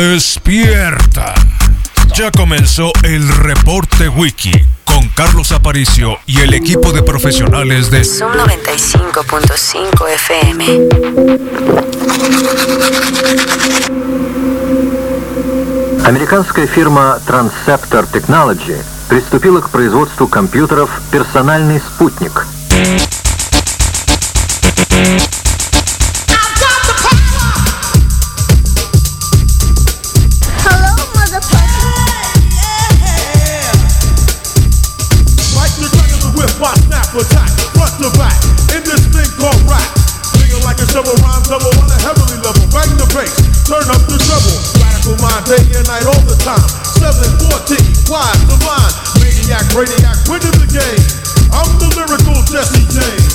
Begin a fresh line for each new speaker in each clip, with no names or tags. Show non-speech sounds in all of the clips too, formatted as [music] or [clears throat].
Despierta. Ya comenzó el reporte wiki con Carlos Aparicio y el equipo de profesionales de
Zoom 95.5 FM.
Американская фирма Transceptor Technology приступила к производству компьютеров «Персональный спутник»,
Hello, motherfucker.
Like the dragon the whip, I snap attack, front to back, in this thing called rap. Singing like a shovel rhyme double on a heavily level. Bang the bass, turn up the treble. Radical mind day and night all the time. 714, wise, divine, maniac, radiac, winning the game. I'm the lyrical Jesse James.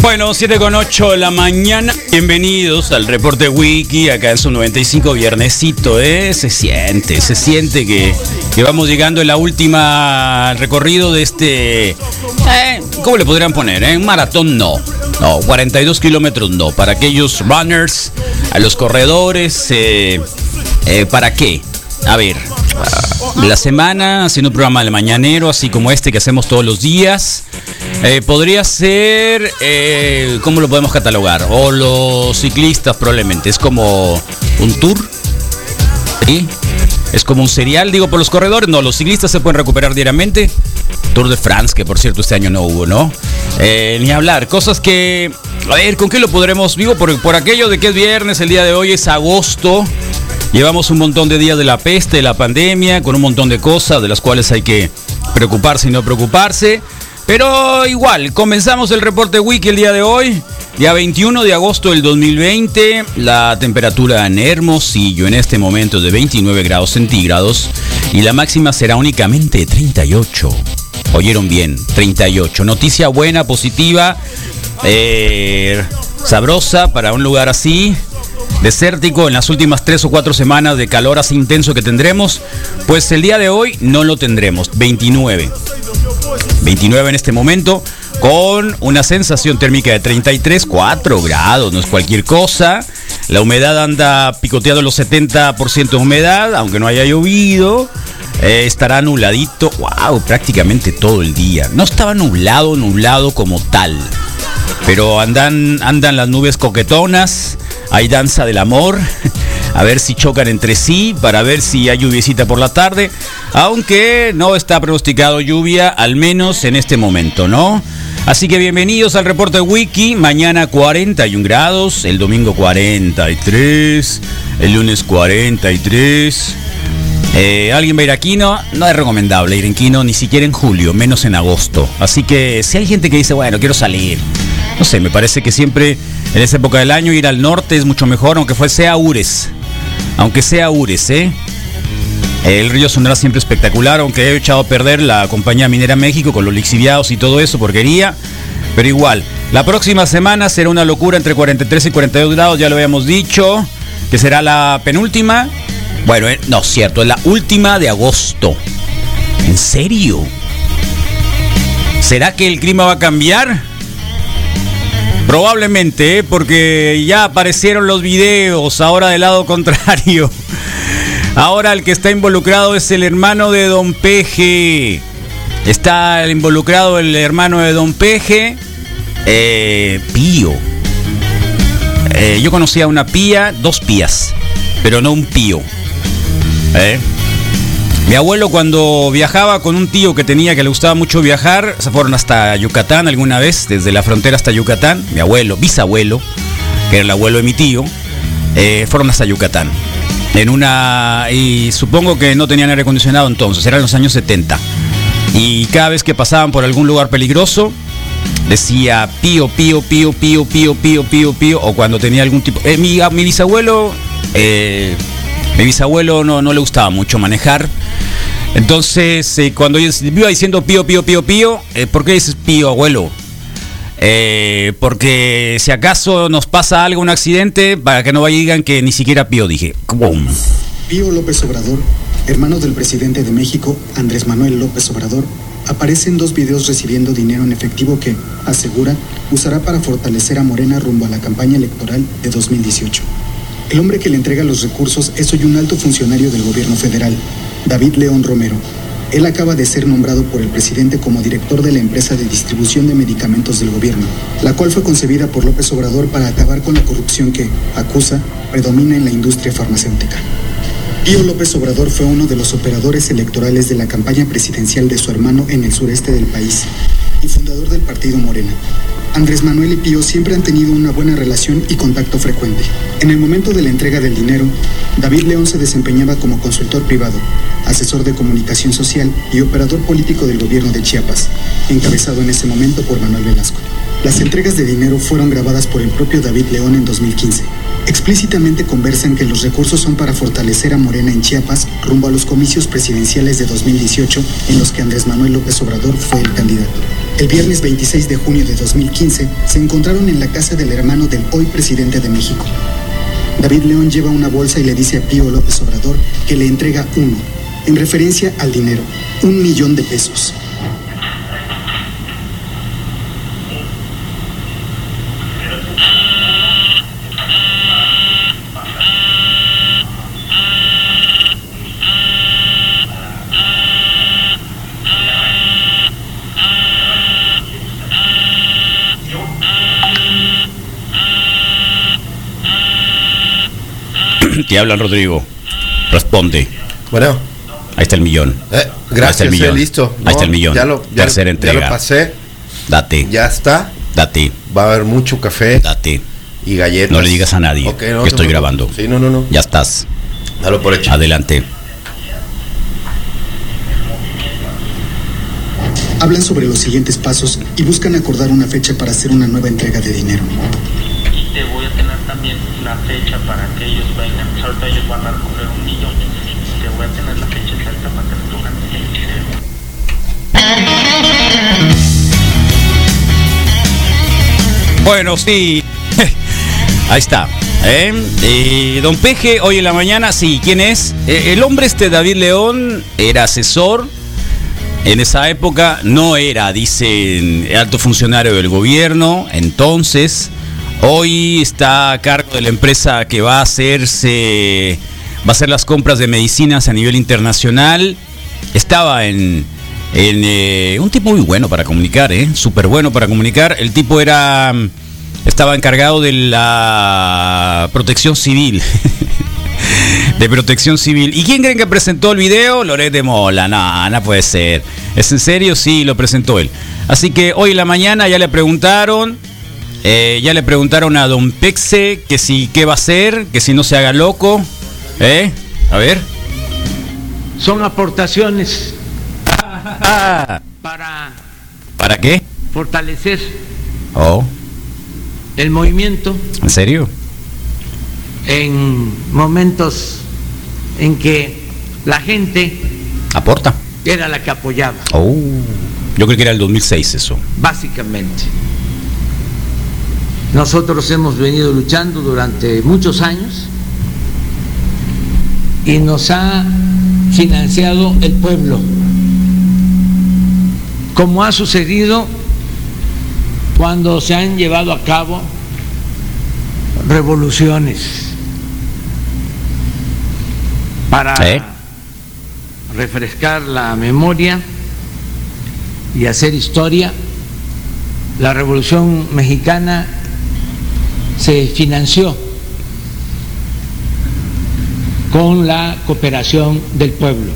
Bueno, 7 con 8 de la mañana. Bienvenidos al reporte Wiki, acá en su 95 viernesito, ¿eh? Se siente, se siente que, que vamos llegando en la última recorrido de este. eh, ¿Cómo le podrían poner? ¿eh? Un maratón no. No, 42 kilómetros no. Para aquellos runners, a los corredores, eh, eh, ¿para qué? A ver, ah, la semana, haciendo un programa de mañanero, así como este que hacemos todos los días. Eh, podría ser, eh, ¿cómo lo podemos catalogar? O los ciclistas probablemente. Es como un tour. ¿sí? Es como un serial, digo, por los corredores. No, los ciclistas se pueden recuperar diariamente. Tour de France, que por cierto este año no hubo, ¿no? Eh, ni hablar. Cosas que, a ver, ¿con qué lo podremos? Digo, por, por aquello de que es viernes, el día de hoy es agosto. Llevamos un montón de días de la peste, de la pandemia, con un montón de cosas de las cuales hay que preocuparse y no preocuparse. Pero igual, comenzamos el reporte wiki el día de hoy, día 21 de agosto del 2020. La temperatura en Hermosillo en este momento es de 29 grados centígrados y la máxima será únicamente 38. Oyeron bien, 38. Noticia buena, positiva, eh, sabrosa para un lugar así desértico en las últimas tres o cuatro semanas de calor así intenso que tendremos, pues el día de hoy no lo tendremos, 29. 29 en este momento, con una sensación térmica de 33, 4 grados, no es cualquier cosa. La humedad anda picoteando los 70% de humedad, aunque no haya llovido. Eh, estará nubladito, wow, prácticamente todo el día. No estaba nublado, nublado como tal. Pero andan, andan las nubes coquetonas, hay danza del amor, a ver si chocan entre sí, para ver si hay lluviecita por la tarde, aunque no está pronosticado lluvia, al menos en este momento, ¿no? Así que bienvenidos al reporte Wiki, mañana 41 grados, el domingo 43, el lunes 43. Eh, ¿Alguien va a ir a Quino? No es recomendable ir en Quino, ni siquiera en julio, menos en agosto. Así que si hay gente que dice, bueno, quiero salir, no sé, me parece que siempre en esa época del año ir al norte es mucho mejor, aunque fue, sea Ures. Aunque sea Ures, ¿eh? El río Sonora siempre espectacular, aunque haya echado a perder la compañía minera México con los lixiviados y todo eso, porquería. Pero igual, la próxima semana será una locura entre 43 y 42 grados, ya lo habíamos dicho, que será la penúltima. Bueno, eh, no, cierto, es la última de agosto. ¿En serio? ¿Será que el clima va a cambiar? Probablemente, ¿eh? porque ya aparecieron los videos ahora del lado [laughs] contrario. Ahora el que está involucrado es el hermano de Don Peje. Está involucrado el hermano de Don Peje, eh, Pío. Eh, yo conocía una pía, dos pías, pero no un pío. ¿Eh? Mi abuelo cuando viajaba con un tío que tenía que le gustaba mucho viajar, se fueron hasta Yucatán alguna vez, desde la frontera hasta Yucatán, mi abuelo, bisabuelo, que era el abuelo de mi tío, eh, fueron hasta Yucatán. En una. y supongo que no tenían aire acondicionado entonces, eran los años 70. Y cada vez que pasaban por algún lugar peligroso, decía pío, pío, pío, pío, pío, pío, pío, pío, o cuando tenía algún tipo... eh, mi, a mi bisabuelo, eh, mi bisabuelo no, no le gustaba mucho manejar. Entonces, eh, cuando yo iba diciendo pío, pío, pío, pío, eh, ¿por qué dices pío, abuelo? Eh, porque si acaso nos pasa algo, un accidente, para que no digan que ni siquiera pío dije. ¡Bum!
Pío López Obrador, hermano del presidente de México, Andrés Manuel López Obrador, aparece en dos videos recibiendo dinero en efectivo que, asegura, usará para fortalecer a Morena rumbo a la campaña electoral de 2018. El hombre que le entrega los recursos es hoy un alto funcionario del gobierno federal, David León Romero. Él acaba de ser nombrado por el presidente como director de la empresa de distribución de medicamentos del gobierno, la cual fue concebida por López Obrador para acabar con la corrupción que, acusa, predomina en la industria farmacéutica. Pío López Obrador fue uno de los operadores electorales de la campaña presidencial de su hermano en el sureste del país y fundador del partido Morena. Andrés Manuel y Pío siempre han tenido una buena relación y contacto frecuente. En el momento de la entrega del dinero, David León se desempeñaba como consultor privado, asesor de comunicación social y operador político del gobierno de Chiapas, encabezado en ese momento por Manuel Velasco. Las entregas de dinero fueron grabadas por el propio David León en 2015. Explícitamente conversan que los recursos son para fortalecer a Morena en Chiapas rumbo a los comicios presidenciales de 2018 en los que Andrés Manuel López Obrador fue el candidato. El viernes 26 de junio de 2015 se encontraron en la casa del hermano del hoy presidente de México. David León lleva una bolsa y le dice a Pío López Obrador que le entrega uno, en referencia al dinero, un millón de pesos.
[clears throat] Te habla Rodrigo. Responde.
Bueno,
Ahí está el millón.
eh,
Ahí está
gracias,
el millón.
eh, listo.
Ahí está el millón.
Ya lo, ya,
Tercera
ya
entrega.
lo pasé,
Date,
ya está.
date,
Va a haber mucho café
date.
y galletas.
No le digas a nadie
Ok, no, no,
que estoy
no.
grabando.
Sí, no, no, no.
Ya estás.
Dalo por hecho.
Adelante.
Hablan sobre los siguientes pasos y buscan acordar una fecha para hacer una nueva entrega de dinero.
y te Este, voy a tener también la fecha para que ellos vengan. O sea, ahorita ellos van a recoger un millón. Te voy a tener la fecha exacta para que recojan el dinero.
Bueno, sí. [laughs] Ahí está. ¿eh? Eh, don Peje, hoy en la mañana, sí, ¿quién es? Eh, el hombre este David León era asesor. En esa época no era, dicen, alto funcionario del gobierno. Entonces, hoy está a cargo de la empresa que va a hacerse, va a hacer las compras de medicinas a nivel internacional. Estaba en, en, eh, un tipo muy bueno para comunicar, ¿eh? súper bueno para comunicar. El tipo era, mm, estaba encargado de la protección civil. [laughs] de Protección Civil. ¿Y quién creen que presentó el video? Loret de Mola. No, no puede ser. ¿Es en serio? Sí, lo presentó él. Así que hoy en la mañana ya le preguntaron. eh, ya le preguntaron a Don Pexe que si qué va a hacer, que si no se haga loco. ¿Eh? A ver. [laughs]
son aportaciones para
¿Para qué?
fortalecer
Oh,
el movimiento
¿en serio?
en momentos en que la gente
Aporta.
era la que apoyaba,
Oh. Yo creo que era el 2006 eso.
básicamente. Nosotros hemos venido luchando durante muchos años y nos ha financiado el pueblo, como ha sucedido cuando se han llevado a cabo revoluciones. para
Sí.
refrescar la memoria y hacer historia. La Revolución Mexicana se financió con la cooperación del pueblo.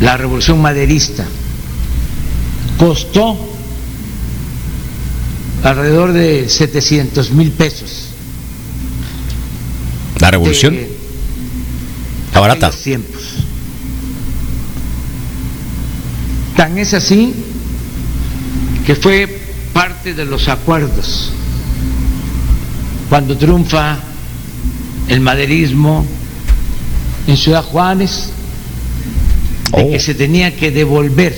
La Revolución Maderista costó alrededor de 700 mil pesos. Eh,
La revolución.
de-
Está barata.
aquellos tiempos. Tan es así que fue parte de los acuerdos. Cuando triunfa el maderismo en Ciudad Juárez, de
Oh.
que se tenía que devolver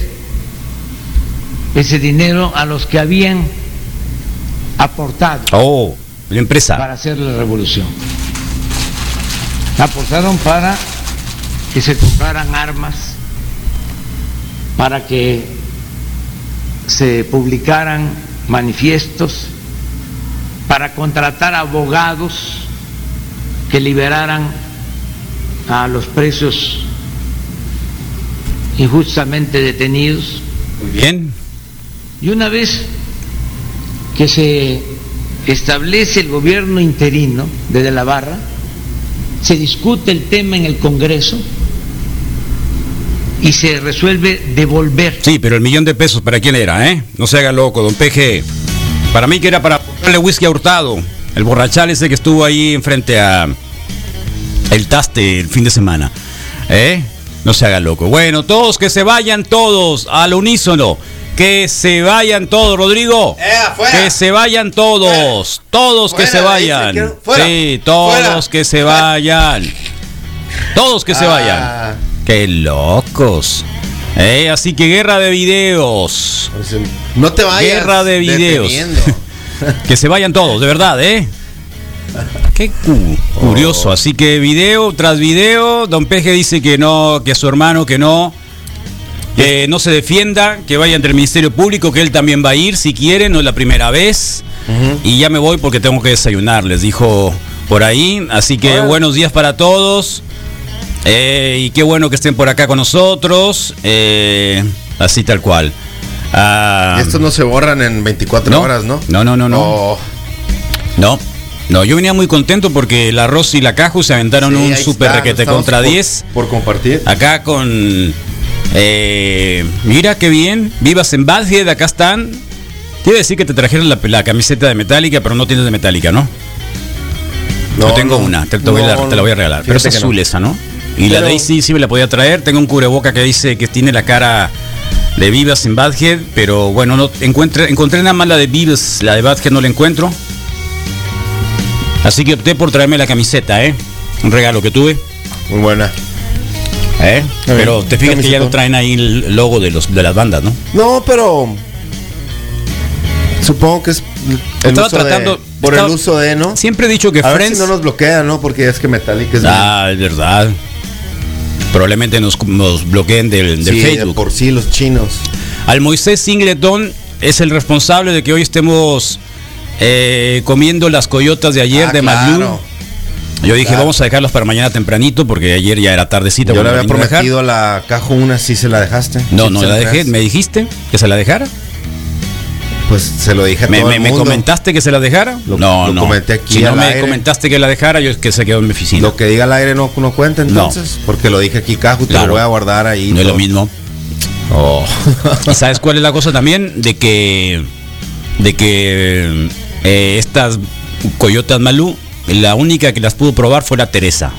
ese dinero a los que habían aportado
Oh, la empresa.
para hacer la revolución. Aportaron para que se compraran armas, para que se publicaran manifiestos, para contratar abogados que liberaran a los presos injustamente detenidos.
Muy bien.
Y una vez que se establece el gobierno interino desde la barra, se discute el tema en el Congreso y se resuelve devolver.
Sí, pero el millón de pesos, ¿para quién era, eh? No se haga loco, don Peje. Para mí que era para comprarle whisky a Hurtado. El borrachal ese que estuvo ahí enfrente a el Taste el fin de semana. ¿Eh? No se haga loco. Bueno, todos que se vayan todos al unísono. Que se vayan todos, Rodrigo.
Eh, afuera.
que se vayan todos. Todos que
Fuera,
se
le
vayan.
dicen que- fuera.
Sí, todos
Fuera.
que se vayan. Todos que se
Ah.
vayan. Qué locos. Eh, así que guerra de videos.
No te vayas.
Guerra de videos.
deteniendo.
[laughs] Que se vayan todos, de verdad, ¿eh? Qué cu- curioso. Así que video tras video, don Peje dice que no, que a su hermano que no. Que no se defienda, que vaya entre el Ministerio Público, que él también va a ir si quiere, no es la primera vez. Y ya me voy porque tengo que desayunar, les dijo por ahí. Así que buenos días para todos. Eh, y qué bueno que estén por acá con nosotros. Eh, así tal cual. Ah,
Y estos no se borran en 24
No.
horas, ¿no?
No, no, no, no.
Oh,
No, no, yo venía muy contento porque la Rosy y la Caju se aventaron
sí,
un
ahí
super
está,
requete
estamos
contra
por-
10.
Por compartir.
Acá con. eh, mira qué bien. Vivas en Badhead, acá están. Te iba a decir que te trajeron la, la camiseta de Metallica, pero no tienes de Metallica, ¿no? No, tengo
no,
una, te, te voy a
no,
dar- te la voy a regalar. Pero es
fíjate que no.
azul esa, ¿no? Y la
Pero-
Daisy sí me la podía traer. Tengo un cubreboca que dice que tiene la cara de Vivas en Badhead, pero bueno, no encuentre, encontré nada más la de Vivas, la de Badhead no la encuentro. Así que opté por traerme la camiseta, ¿eh? Un regalo que tuve.
Muy buena.
¿eh?
Está bien.
Pero te fijas que ya
Camiseta.
lo traen ahí el logo de, los, de las bandas, ¿no?
No, pero. Supongo que es. el
Estaba
uso de-
tratando-
por
estaba-
el uso de, ¿no?
Siempre he dicho que
A ver
Friends.
si no nos bloquea, ¿no? Porque es que Metallica es.
Ah, es verdad. Probablemente nos, nos bloqueen del, del
sí, de
Facebook.
por sí los chinos.
Al Moisés Singleton es el responsable de que hoy estemos eh, comiendo las coyotas de ayer
Ah,
de Maglú.
claro.
Yo dije,
Claro.
vamos a dejarlas para mañana tempranito porque ayer ya era tardecita.
Yo le
cuando
había
la vine a dejar.
prometido a la caja una, si se la dejaste.
No,
Sí,
no
se
la dejé.
dejaste.
¿Me dijiste que se la dejara?
Pues se lo dije a
¿Me,
todo
me-
el
me
mundo.
comentaste que se la dejara?
Lo-
no,
lo
no.
comenté aquí
si no
al
me
aire.
comentaste que la dejara, yo es que se quedó en mi oficina.
Lo que diga al aire no, no cuenta entonces. Porque lo dije aquí, Caju, te
Claro.
lo voy a guardar ahí.
no es lo
todo.
mismo.
Oh.
[laughs] ¿Y sabes cuál es la cosa también? De que. De que. eh, estas coyotas Malú, la única que las pudo probar fue la Teresa.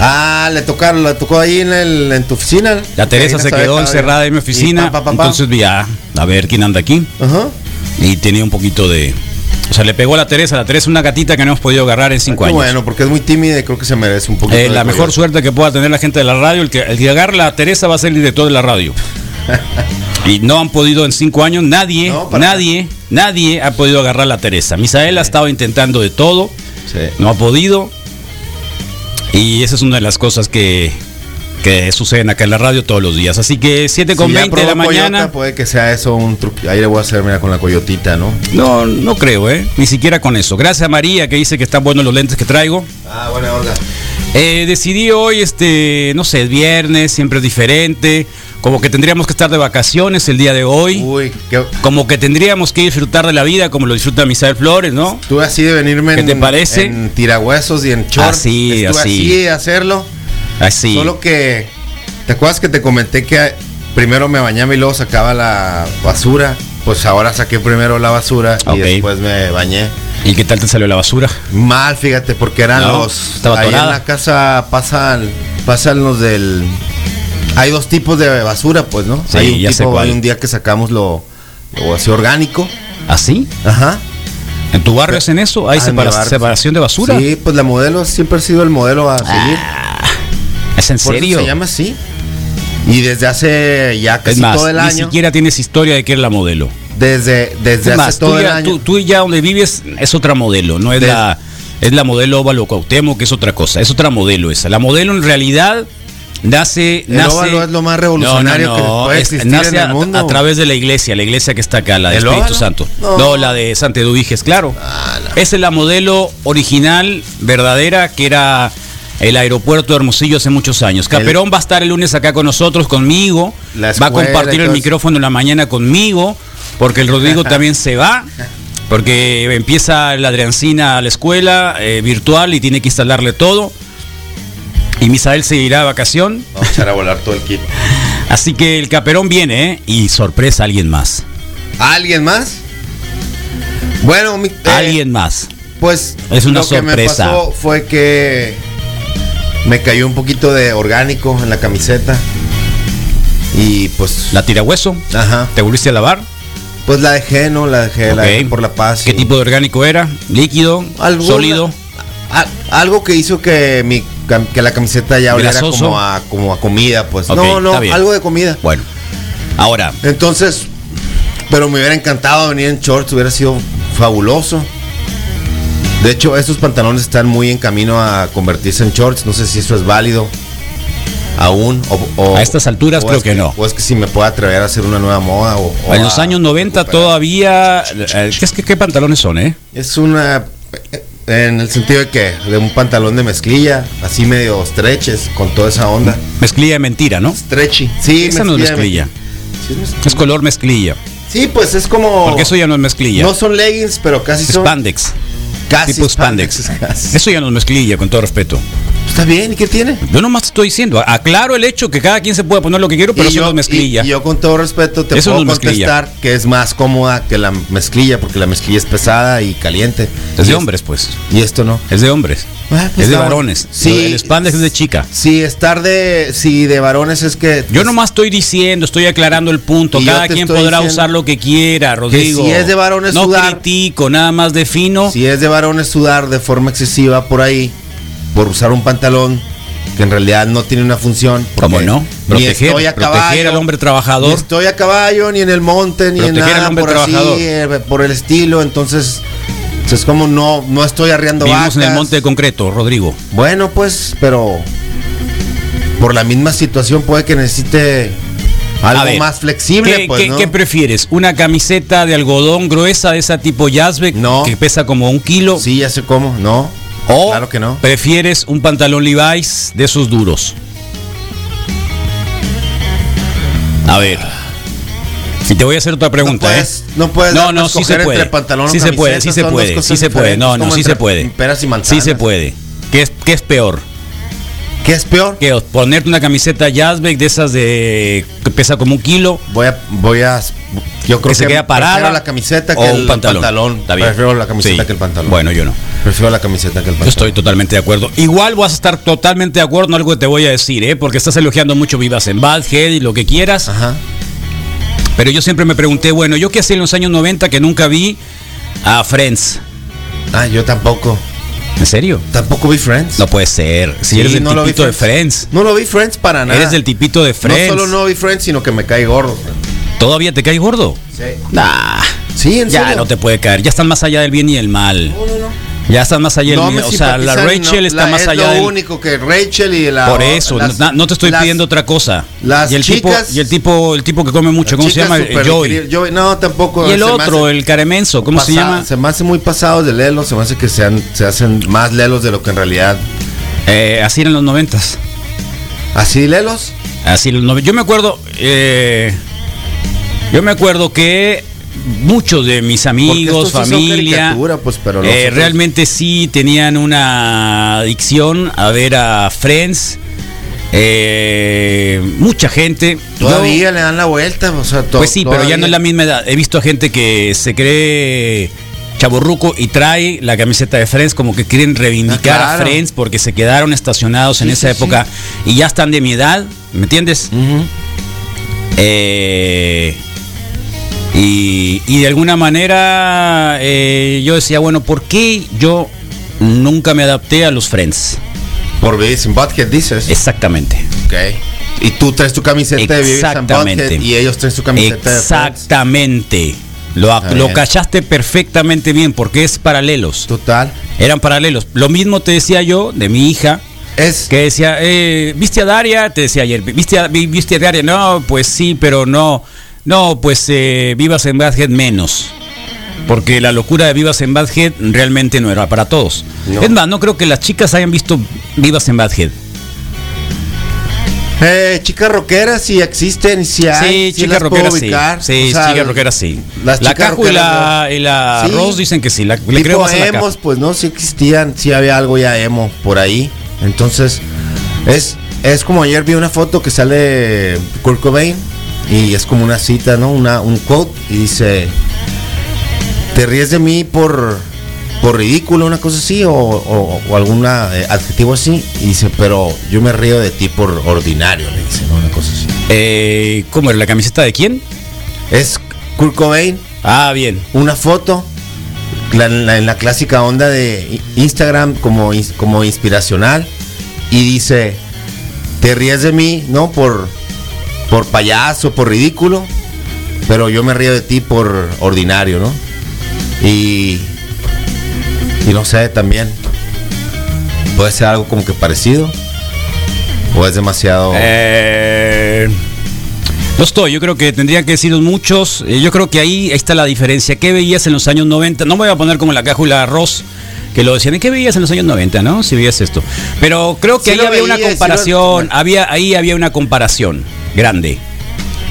ah, le tocaron, le tocó ahí en, el, en tu oficina.
La Teresa
Karina
se
estaba
quedó
ahí,
encerrada en mi
y
oficina.
pa, pa, pa, pa.
Entonces vi ah, a ver quién anda aquí.
Ajá.
Y tenía un poquito de. O sea, le pegó a la Teresa. La Teresa es una gatita que no hemos podido agarrar en cinco
Ah, Qué
años.
Bueno, porque es muy tímida y creo que se merece un poquito.
Eh,
de
la mejor
cuidado.
suerte que pueda tener la gente de la radio, el que, el que agarre la Teresa va a ser el director de
[laughs]
la radio. Y no han podido en cinco años, nadie,
No, para
nadie, nadie ha podido agarrar a la Teresa. Misael ha estado intentando de todo,
Sí.
no ha podido. Y esa es una de las cosas que, que suceden acá en la radio todos los días. Así que 7 con
Si ya
20 de la
probó coyota,
mañana.
puede que sea eso un truquillo. Ahí le voy a hacer, mira, con la coyotita, ¿no?
No, no creo, ¿eh? Ni siquiera con eso. Gracias a María que dice que están buenos los lentes que traigo.
Ah, buena onda.
Eh, decidí hoy, este, no sé, es viernes, siempre es diferente. Como que tendríamos que estar de vacaciones el día de hoy.
Uy, que,
Como que tendríamos que disfrutar de la vida como lo disfruta Misael Flores, ¿no?
estuve así de venirme
¿Qué
en,
te parece?
en tirahuesos y en short.
Así,
Estuve
así.
de hacerlo.
Así.
Solo que, ¿te acuerdas que te comenté que primero me bañaba y luego sacaba la basura? Pues ahora saqué primero la basura
Ok.
y después me bañé.
¿Y qué tal te salió la basura?
Mal, fíjate, porque eran
No,
los.
estaba
ahí en
atorada.
la casa pasan, pasan los del. Hay dos tipos de basura, pues, ¿no?
Sí,
hay un
ya sé cuál.
hay un día que sacamos lo, lo así orgánico.
¿Así?
Ajá.
¿Ah, ¿En tu barrio hacen eso? ¿Hay
Ah,
separa-
mi barrio.
separación de basura?
Sí, pues la modelo siempre ha sido el modelo a seguir.
¿Es en
Por eso
serio?
se llama así. Y desde hace ya
Es
casi
más,
todo el
ni
año.
siquiera tienes historia de que eres la modelo.
Desde,
[laughs]
desde
Es
hace
más,
todo
tú,
el
ya,
año.
tú- tú ya donde vives es otra modelo, no es
De-
la es la modelo óvalo Cuauhtémoc, que es otra cosa, es otra modelo esa. La modelo en realidad nace
El
nace
óvalo es lo más revolucionario que puede existir
nace
en el
a-
mundo.
A, través de la iglesia, la iglesia que está acá, la de
¿El
Espíritu
óvalo?
Santo.
No.
No. la de Santa Eduviges, claro. Esa es la modelo original, verdadera, que era el aeropuerto de Hermosillo hace muchos años. Caperón va a estar el lunes acá con nosotros, conmigo.
La
va a
escuela y
compartir el
todo eso.
micrófono en la mañana conmigo, porque
[laughs]
el Rodrigo también se va. Porque empieza la Adriancina a la escuela eh, virtual y tiene que instalarle todo. Y Misael se irá de vacación.
Vamos a echar a volar todo el kit.
Así que el caperón viene, ¿eh? Y sorpresa, alguien más.
¿Alguien más? Bueno, mi, eh,
alguien más.
Pues
Es una
lo que me
sorpresa.
pasó fue que me cayó un poquito de orgánico en la camiseta. Y pues
¿La tirahueso?
ajá.
¿Te volviste a lavar?
Pues la dejé, no la dejé, la
Ok.
dejé por la paz.
¿Qué
y-
tipo de orgánico era? ¿Líquido?
Alguna-
¿Sólido? Ah.
a- algo que hizo que mi cam- que la camiseta ya oliera
Grasoso.
como a como a comida, pues.
Ok,
no, no,
está bien.
algo de comida.
Bueno. Ahora,
Entonces, pero me hubiera encantado venir en shorts, hubiera sido fabuloso. De hecho, estos pantalones están muy en camino a convertirse en shorts. No sé si eso es válido aún. O, o-
A estas alturas
o
creo
es
que no.
O es que si me puedo atrever a hacer una nueva moda. O, o
en los
a
años 90
recuperar.
todavía... eh, ¿Qué, es que- qué pantalones son, eh?
Es una. En el sentido de que, de un pantalón de mezclilla, así medio stretches, con toda esa onda.
Mezclilla de mentira, ¿no?
Stretchy. Sí,
Esa no es
mezclilla
mezclilla.
de mez- sí, es mezclilla.
Es color mezclilla.
Sí, pues es como.
Porque eso ya no es mezclilla.
No son leggings, pero casi son.
Spandex.
Casi
Tipo spandex.
casi.
Eso ya no es mezclilla, con todo respeto.
Pues, Está bien, ¿y qué tiene?
Yo nomás te estoy diciendo, aclaro el hecho que cada quien se puede poner lo que quiero, pero
y
eso no
yo,
es mezclilla.
y- y yo con todo respeto te
Eso no
puedo
es mezclilla.
contestar que es más cómoda que la mezclilla, porque la mezclilla es pesada y caliente.
es
Y
de
es-
hombres, pues.
Y esto no.
Es de hombres.
Ah, pues
es de
está bueno.
varones.
Sí.
El spandex es de chica.
Si estar de. Si de varones es que.
Yo nomás estoy diciendo, estoy aclarando el punto.
Y yo
Cada
te
quien
estoy
podrá
diciendo
usar lo que quiera, Rodrigo.
si es de varones
no
sudar-
critico, nada más defino.
Si es de varones sudar de forma excesiva por ahí, por usar un pantalón que en realidad no tiene una función. porque
¿Cómo no?
ni
Proteger-
estoy a
proteger
caballo,
al hombre trabajador.
Ni estoy a caballo, ni en el monte, ni en
Proteger al
nada
hombre
por
trabajador.
así, eh, por el estilo. Entonces, es como no, no estoy arriando
Vivimos en el
vacas.
monte de concreto, Rodrigo.
Bueno, pues, pero por la misma situación puede que necesite algo
A ver,
más flexible,
¿qué,
pues,
qué-
¿no?
qué prefieres? ¿Una camiseta de algodón gruesa de esa tipo Yazbek
No.
que pesa como un kilo?
sí, ya sé cómo, ¿no?
¿O
claro que no.
prefieres un pantalón Levi's de esos duros? A ver. Y te voy a hacer otra pregunta,
no
¿eh?
puedes, no puedes
No,
darnos
no, sí
escoger
se puede.
entre pantalón o
Sí se
camiseta,
puede, sí se
son dos
puede,
cosas
sí se puede.
diferentes,
No, no,
como
sí
entre
se puede.
Peras y manzanas.
Sí se puede. ¿Qué es, qué es peor?
¿Qué es peor?
¿Que ponerte una camiseta Jazzbeck de esas de que pesa como un kilo?
Voy a, voy a, yo creo
que
que,
se queda parada
Prefiero la camiseta que
o
el
un pantalón. Está bien.
Prefiero la camiseta
Sí.
que el pantalón.
Bueno, yo no.
prefiero la camiseta que el
Yo
pantalón.
estoy totalmente de acuerdo. Igual vas a estar totalmente de acuerdo en algo que te voy a decir, ¿eh? Porque estás elogiando mucho Vivas en Bad Head y lo que quieras.
Ajá.
Pero yo siempre me pregunté, bueno, yo qué hacía en los años 90 que nunca vi a Friends.
Ah, yo tampoco.
¿En serio?
Tampoco vi Friends.
No puede ser. Si
Sí,
eres el
no lo vi
tipito de Friends.
No lo vi Friends para nada.
Eres del tipito de Friends.
No solo no vi Friends, sino que me cae gordo.
¿Todavía te cae gordo?
Sí.
Nah.
Sí, en
ya
serio.
no te puede caer. Ya están más allá del bien y el mal. Ya están más allá. del
No me
miedo. o sea, la
simpatizan, no,
Rachel está
la-
más
es
allá
lo
del-
único que Rachel y la.
Por eso,
las-
no, no te estoy
las-
pidiendo otra cosa.
las
y el
chicas-
tipo, y el tipo, el tipo que come mucho,
las
¿cómo se
chicas
llama? El- el
super
Joey.
increíbles. Joey, No, tampoco.
Y el
se me
otro,
hace
el caremenso, ¿cómo se
pasado-
llama?
Se me hace muy pasados de lelo, se me hace que sean, se hacen más lelos de lo que en realidad.
Eh, así eran los noventas.
¿Así lelos?
Así los nove- Yo me acuerdo, eh, yo me acuerdo que muchos de mis amigos,
estos sí son
familia,
caricatura, pues, pero los
eh,
otros-
realmente sí tenían una adicción a ver a Friends. Eh, mucha gente. Yo-
Todavía le dan la vuelta, o sea, to-
pues sí, pero ya
todavía.
no es la misma edad. He visto a gente que se cree chaborruco y trae la camiseta de Friends, como que quieren reivindicar
Ah, claro.
a Friends porque se quedaron estacionados en esa época y ya están de mi edad, ¿me entiendes? Eh, y, y de alguna manera eh, yo decía, bueno, ¿por qué yo nunca me adapté a los Friends?
Por Beavis and Butthead dices.
Exactamente.
Ok. Y tú traes tu camiseta de Beavis and
Exactamente.
Butthead y ellos traen su camiseta de Friends.
Exactamente. Lo,
Está
lo
bien.
cachaste perfectamente bien porque es paralelos.
Total.
Eran paralelos. Lo mismo te decía yo de mi hija.
Es
Que decía, eh, ¿viste a Daria? Te decía ayer, ¿viste a, vi- viste a Daria? No, pues sí, pero no. No, pues eh, Vivas en Badhead menos. Porque la locura de Vivas en Badhead realmente no era para todos.
No.
Es más, no creo que las chicas hayan visto Vivas en Badhead.
Eh, chicas rockeras sí existen, sí hay.
Sí,
las
chicas
puedo
rockeras sí.
ubicar.
Sí,
O sea,
chicas rockeras sí.
Las
la
chicas
Caju y la,
rockeras,
y la
Sí.
Ross dicen que sí. La, le
tipo
creo más a la
emos,
Caju.
pues no, sí existían, sí había algo ya emo por ahí. Entonces, es, es como ayer vi una foto que sale Kurt Cobain y es como una cita, ¿no? Una, un quote y dice, ¿te ríes de mí por, por ridículo, una cosa así, o, o, o algún eh, adjetivo así? Y dice, pero yo me río de ti por ordinario, le dice, ¿no? Una cosa así.
Eh, ¿Cómo era? ¿La camiseta de quién?
Es Kurt Cobain,
Ah, bien.
una foto la- la- en la clásica onda de i- Instagram como, ins- como inspiracional y dice, te ríes de mí, ¿no? Por, por payaso, por ridículo, pero yo me río de ti por ordinario, ¿no? Y, y no sé, también puede ser algo como que parecido o es demasiado...
Eh, no estoy, yo creo que tendrían que decir muchos. Eh, Yo creo que ahí, ahí está la diferencia. ¿Qué veías en los años 90? No me voy a poner como la Caju y la Ross. Que lo decían, ¿y qué veías en los años 90, no? Si veías esto. Pero creo que
Sí
ahí
lo
había
veía,
una
sí lo-
comparación, había, ahí había una comparación grande.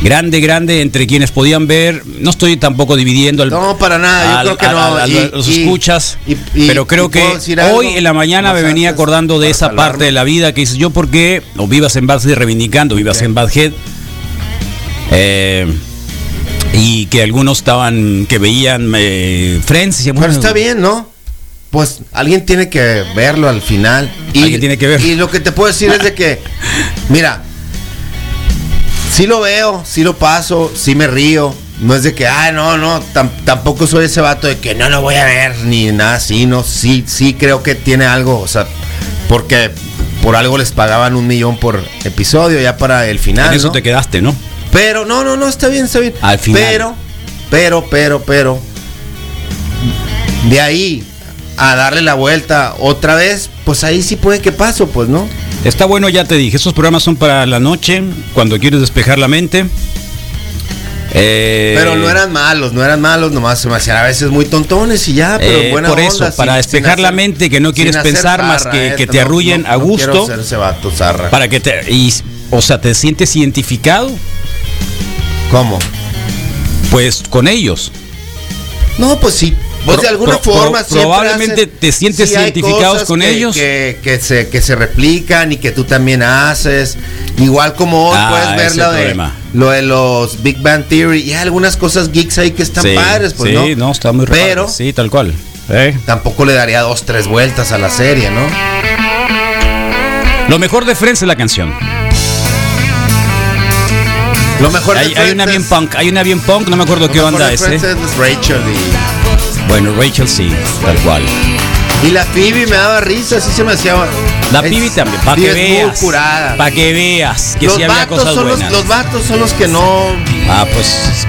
Grande, grande entre quienes podían ver. No estoy tampoco dividiendo al,
No, para nada, yo creo que no,
a- a-
y-
los
y-
escuchas.
y- y-
pero creo
y
que
puedo decir algo
hoy en la mañana me
más
venía
antes
acordando de
para
esa
salvarme.
parte de la vida que dices yo porque o vivas en Badhead reivindicando, vivas en Badhead. Eh, y que algunos estaban, que veían eh, Friends. y decían,
Pero
bueno,
está bien, ¿no? Pues alguien tiene que verlo al final. Y,
Alguien tiene que ver.
Y lo que te puedo decir es de que, mira, sí lo veo, sí lo paso, sí me río. No es de que, ah, no, no, tam- tampoco soy ese vato de que no lo voy a ver ni nada así, no, sí, sí creo que tiene algo, o sea, porque por algo les pagaban un millón por episodio ya para el final.
En eso
¿no?
te quedaste, ¿no?
Pero, no, no, no, está bien, está bien.
Al final.
Pero, pero, pero, pero. De ahí a darle la vuelta otra vez, pues ahí sí puede que paso, pues, ¿no?
Está bueno, ya te dije, esos programas son para la noche, cuando quieres despejar la mente. Eh,
Pero no eran malos, no eran malos, nomás se me hacían a veces muy tontones y ya, pero
Eh,
buena
por
onda,
eso,
sin-
para
sin
despejar la mente, que no
sin
quieres
hacer
pensar más
zarra,
que- que te
no-
arrullen
no-
a
no quiero
gusto.
ser ese vato, zarra.
Para que te. y- o sea, ¿te sientes identificado?
¿Cómo?
Pues con ellos.
No, pues sí. Vos
Pro-
de alguna
pro- pro-
forma siempre
probablemente te sientes
hay
identificados
cosas
con
que-
ellos.
que, que se, que se replican y que tú también haces igual como hoy
Ah,
puedes ver
ese
lo de,
problema.
lo de los Big Bang Theory y hay algunas cosas geeks ahí que están
Sí,
padres pues
sí,
no,
está muy raro.
pero
Sí, tal cual. Eh.
tampoco le daría dos tres vueltas a la serie no
Lo mejor de Friends es la canción.
lo mejor de
Hay, hay
Friends
una
es-
bien punk, hay una bien punk, no me acuerdo
lo
qué
mejor
banda
de
es.
Friends
eh.
es Rachel y,
Bueno, Rachel sí, tal cual.
y la Phoebe me daba risa así se me hacía
La
es-
Pibi también, para que
es muy
veas.
curada.
Para que veas que sí había cosas
son
buenas.
Los, los vatos son los que no
Ah, pues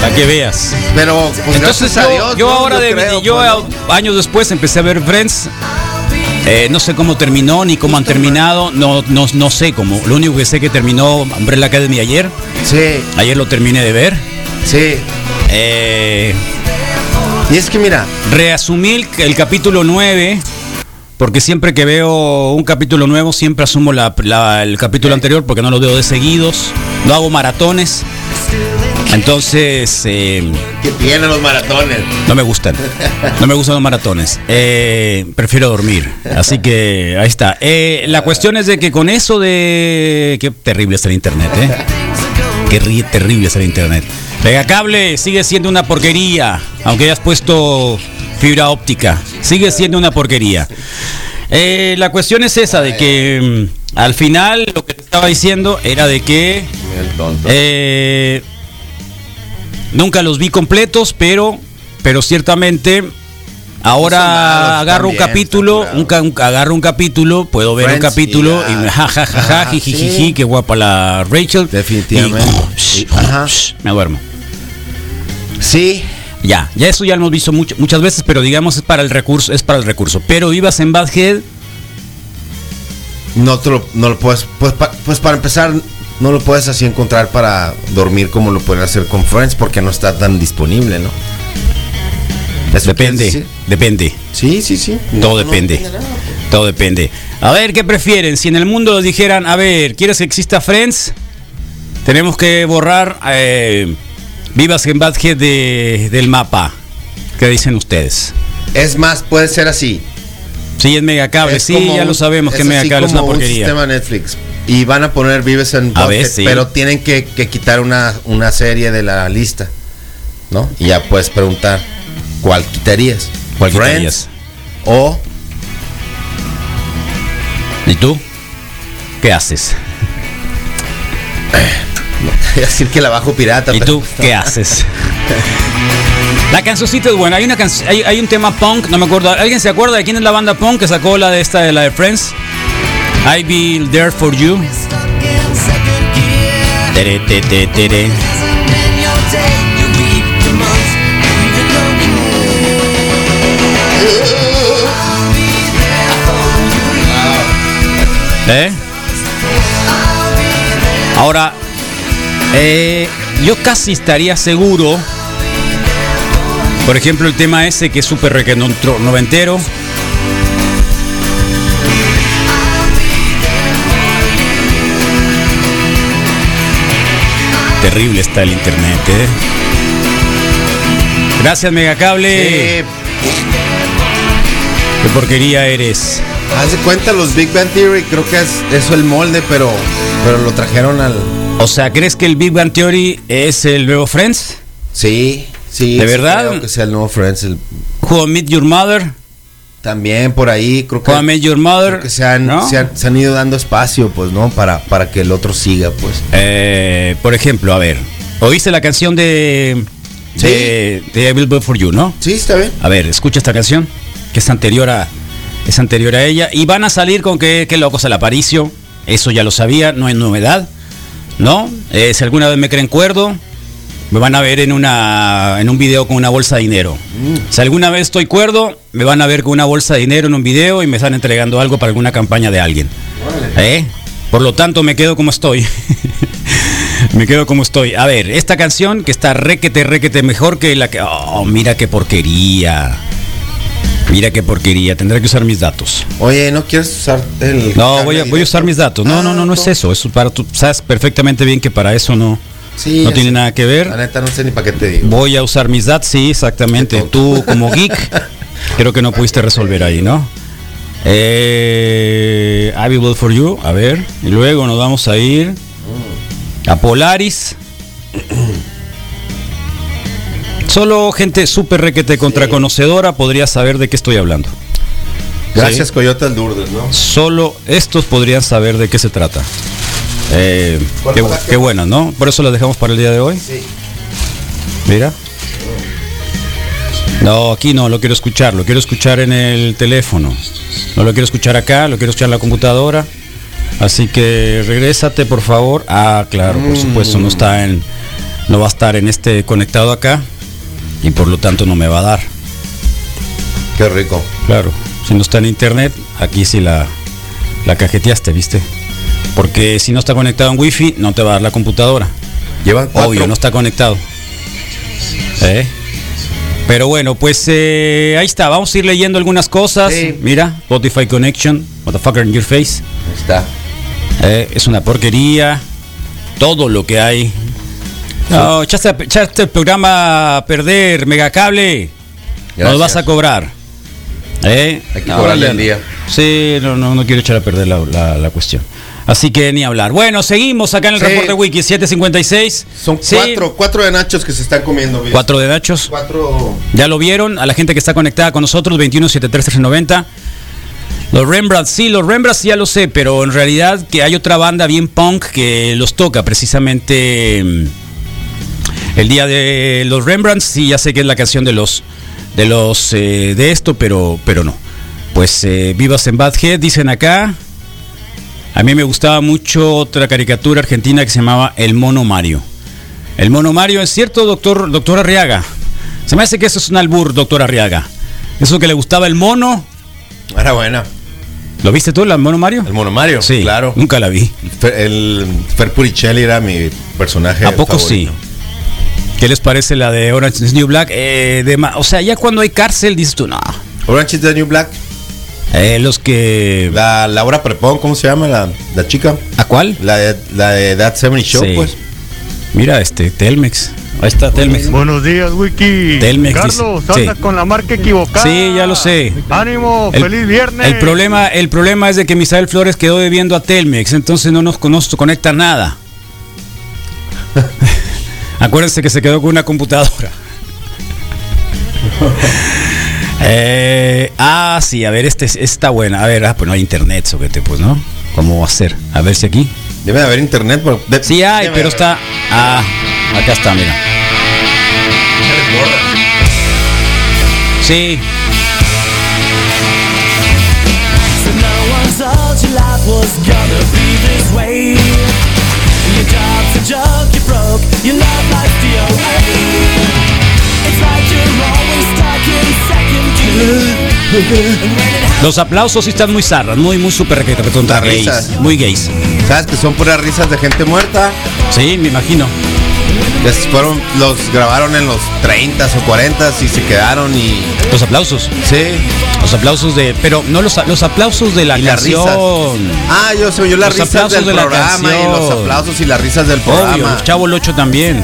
Para que veas.
Pero pues,
Entonces
gracias a
yo,
Dios,
yo
¿no?
ahora de-
creo,
yo
pues,
a- años después empecé a ver Friends. Eh, no sé cómo terminó ni cómo han terminado. No, no, no sé cómo. Lo único que sé que terminó Umbrella Academy ayer.
Sí,
Ayer lo terminé de ver.
sí.
Eh,
Y es que mira,
reasumí el, el capítulo 9. Porque siempre que veo un capítulo nuevo, siempre asumo la- la- el capítulo anterior porque no lo veo de seguidos. No hago maratones. Entonces. eh,
que tienen los maratones.
No me gustan. No me gustan los maratones. Eh, prefiero dormir. Así que ahí está. Eh, la cuestión es de que con eso de. Qué terrible es el internet, ¿eh? Qué ri- terrible es el internet. Pega cable sigue siendo una porquería. Aunque hayas puesto fibra óptica. Sigue siendo una porquería. Eh, la cuestión es esa de que mm, al final lo que te estaba diciendo era de que.
El tonto.
Eh, nunca los vi completos, pero, pero ciertamente ahora
No son malos,
agarro un
están bien,
capítulo,
están
un, ca- un- agarro un capítulo, puedo ver
Friends,
un capítulo
y
y,
ya.
[laughs] ja, ja, ja, ja,
Ajá,
jiji,
sí.
jiji, qué guapa la Rachel.
Definitivamente.
Y- oh,
Y- ajá.
me duermo.
Sí,
Ya, ya eso ya lo hemos visto mucho- muchas veces, pero digamos es para el recurso, es para el recurso. Pero ibas en Bad Head,
no te lo, no lo puedes, pues, pa- pues para empezar, no lo puedes así encontrar para dormir como lo pueden hacer con Friends porque no está tan disponible, ¿no? Eso
depende,
quiere decir.
depende.
Sí, sí, sí.
Todo depende. Todo depende. A ver, ¿qué prefieren? Si en el mundo dijeran, a ver, ¿quieres que exista Friends? Tenemos que borrar eh, Vivas en Bad Head de- del mapa. ¿Qué dicen ustedes?
Es más, puede ser así.
Sí, es megacable,
Es
Ah, sí,
como
ya
un-
lo sabemos que
es
es
así
megacable es una
como un
porquería.
sistema Netflix. Y van a poner Vives en
A
Bucket,
ver, sí.
pero tienen que, que quitar una, una serie de la lista. ¿No? Y ya puedes preguntar cuál quitarías.
¿Cuál
Friends
quitarías?
O [laughs]
¿Y tú? ¿Qué haces?
voy a decir que la bajo pirata.
¿Y
pero-
tú qué haces? [laughs] La cancioncita es buena. Hay, una canc- hay, hay un tema punk, no me acuerdo. ¿Alguien se acuerda de quién es la banda punk que sacó la de esta de la de Friends? I be there for you. Tere, te, te, tere. ¿Eh? Ahora, eh, yo casi estaría seguro. Por ejemplo, el tema ese que es súper requenontro- noventero. Terrible está el internet, ¿eh? Gracias, Megacable.
Eh,
Qué porquería eres.
haz de cuenta los Big Bang Theory, creo que es eso el molde, pero, pero lo trajeron al.
O sea, ¿crees que el Big Bang Theory es el nuevo Friends?
Sí, sí.
¿De
sí
verdad?
Creo que sea el nuevo Friends. el-
Who I Met Your Mother?
también por ahí, creo que.
Who I Met Your Mother?
Creo que se han,
¿no?
se, han, se han ido dando espacio, pues, ¿no? Para, para que el otro siga, pues.
Eh, por ejemplo, a ver, oíste la canción de
Sí.
de, de I Will Be for You, ¿no?
Sí, está bien.
A ver, escucha esta canción que es anterior a es anterior a ella y van a salir con que qué locos el aparicio, eso ya lo sabía, no es novedad, ¿no? Eh, si alguna vez me creen cuerdo, me van a ver en una en un video con una bolsa de dinero. Si alguna vez estoy cuerdo, me van a ver con una bolsa de dinero en un video y me están entregando algo para alguna campaña de alguien. ¿Eh? Por lo tanto, me quedo como estoy. [laughs] me quedo como estoy. A ver, esta canción que está requete, requete mejor que la que. Oh, mira qué porquería. Mira qué porquería. Tendré que usar mis datos.
Oye, ¿no quieres usar el.?
No, voy a,
cable
voy a
directo?
usar mis datos. No,
Ah,
no, no, no es eso. Eso para tú sabes perfectamente bien que para eso no,
Sí,
no
ya
tiene
sé.
nada que
La
ver.
neta, no sé ni para qué te digo.
Voy a usar mis datos, sí, exactamente.
Qué tonto.
Tú como geek, creo que no pudiste resolver ahí, ¿no? Eh, I will for you, a ver. Y luego nos vamos a ir a Polaris. Solo gente súper requete contraconocedora podría saber de qué estoy hablando.
Gracias, Coyotas Lourdes, ¿no?
Solo estos podrían saber de qué se trata. Eh,
¿Cuál
qué,
fue la
qué
que-
bueno, ¿no? Por eso las dejamos para el día de hoy.
Sí.
Mira. No, aquí no, lo quiero escuchar, lo quiero escuchar en el teléfono. No lo quiero escuchar acá, lo quiero escuchar en la computadora.
Mm.
Así que regrésate, por favor. Ah, claro, por supuesto, no está en no va a estar en este conectado acá y por lo tanto no me va a dar.
Qué rico.
Claro, si no está en internet, aquí sí la, la cajeteaste, ¿viste? Porque si no está conectado en wifi, no te va a dar la computadora.
Llevan cuatro.
Obvio, no está conectado. ¿Eh? Pero bueno, pues eh, ahí está. Vamos a ir leyendo algunas cosas.
Sí.
Mira, Spotify Connection, Motherfucker in Your Face.
Ahí Está.
Eh, es una porquería. Todo lo que hay. No, echaste, echaste el programa a perder, megacable.
Gracias.
Nos vas a cobrar. ¿Eh?
Hay que cobrarle
ya
el
no.
día.
Sí, no, no, no quiero echar a perder la, la- la cuestión. Así que ni hablar. Bueno, seguimos acá en el
Sí.
reporte wiki 756.
Son
Sí,
cuatro, cuatro de nachos que se están comiendo. güey.
Cuatro de nachos.
Cuatro.
Ya lo vieron, a la gente que está conectada con nosotros, 217390. Los Rembrandts, sí, los Rembrandts ya lo sé, pero en realidad que hay otra banda bien punk que los toca precisamente mm, el día de los Rembrandts. Sí, ya sé que es la canción de los de los eh, de esto, pero pero no. Pues eh, vivas en Bad Head, dicen acá. A mí me gustaba mucho otra caricatura argentina que se llamaba El Mono Mario. El Mono Mario, es cierto, doctor, doctor Arriaga. Se me hace que eso es un albur, doctor Arriaga. Eso que le gustaba el mono.
Era buena.
¿Lo viste tú, el mono Mario?
El mono Mario.
sí, Mm.
Claro.
Nunca la vi.
Fer- el Fer Puricelli era mi personaje.
¿A poco
favorito.
sí? ¿Qué les parece la de Orange is the New Black? Eh, de ma- o sea, ya cuando hay cárcel dices tú, no.
Orange is the New Black.
Eh, los que...
La Laura Prepón, ¿cómo se llama? La, la chica.
¿A cuál?
La de, la de That 70 Show,
Sí.
pues.
Mira, este, Telmex. Ahí está Telmex.
Buenos días, Wiki.
Telmex,
Carlos,
dice.
andas
Sí.
con la marca equivocada.
Sí, ya lo sé.
Ánimo,
El-
feliz viernes.
El problema, el problema es de que Misael Flores quedó debiendo a Telmex, entonces no nos, con- nos conecta nada. [laughs] Acuérdense que se quedó con una computadora. [laughs] Eh, ah, sí, a ver, este, este está buena. A ver, ah, pues no hay internet, soquete, pues, ¿no? ¿Cómo va a ser? A ver si aquí.
Debe de haber internet. Pero de-
Sí hay,
debe de
pero
haber.
está. Ah, acá está, mira. Sí. Los aplausos sí están muy zarras, muy, muy super requete, recontra
Las risas.
gays. Muy gays.
¿Sabes que son puras risas de gente muerta?
Sí, me imagino.
Que fueron, los grabaron en los 30 o 40 y se quedaron y.
Los aplausos.
Sí.
Los aplausos de. Pero no los, los aplausos de la
Y las risas.
canción.
Ah, yo soy yo las
Los
risas del
aplausos de la
programa y los
canción.
aplausos y las risas del
Obvio,
programa.
los Chavo Locho también.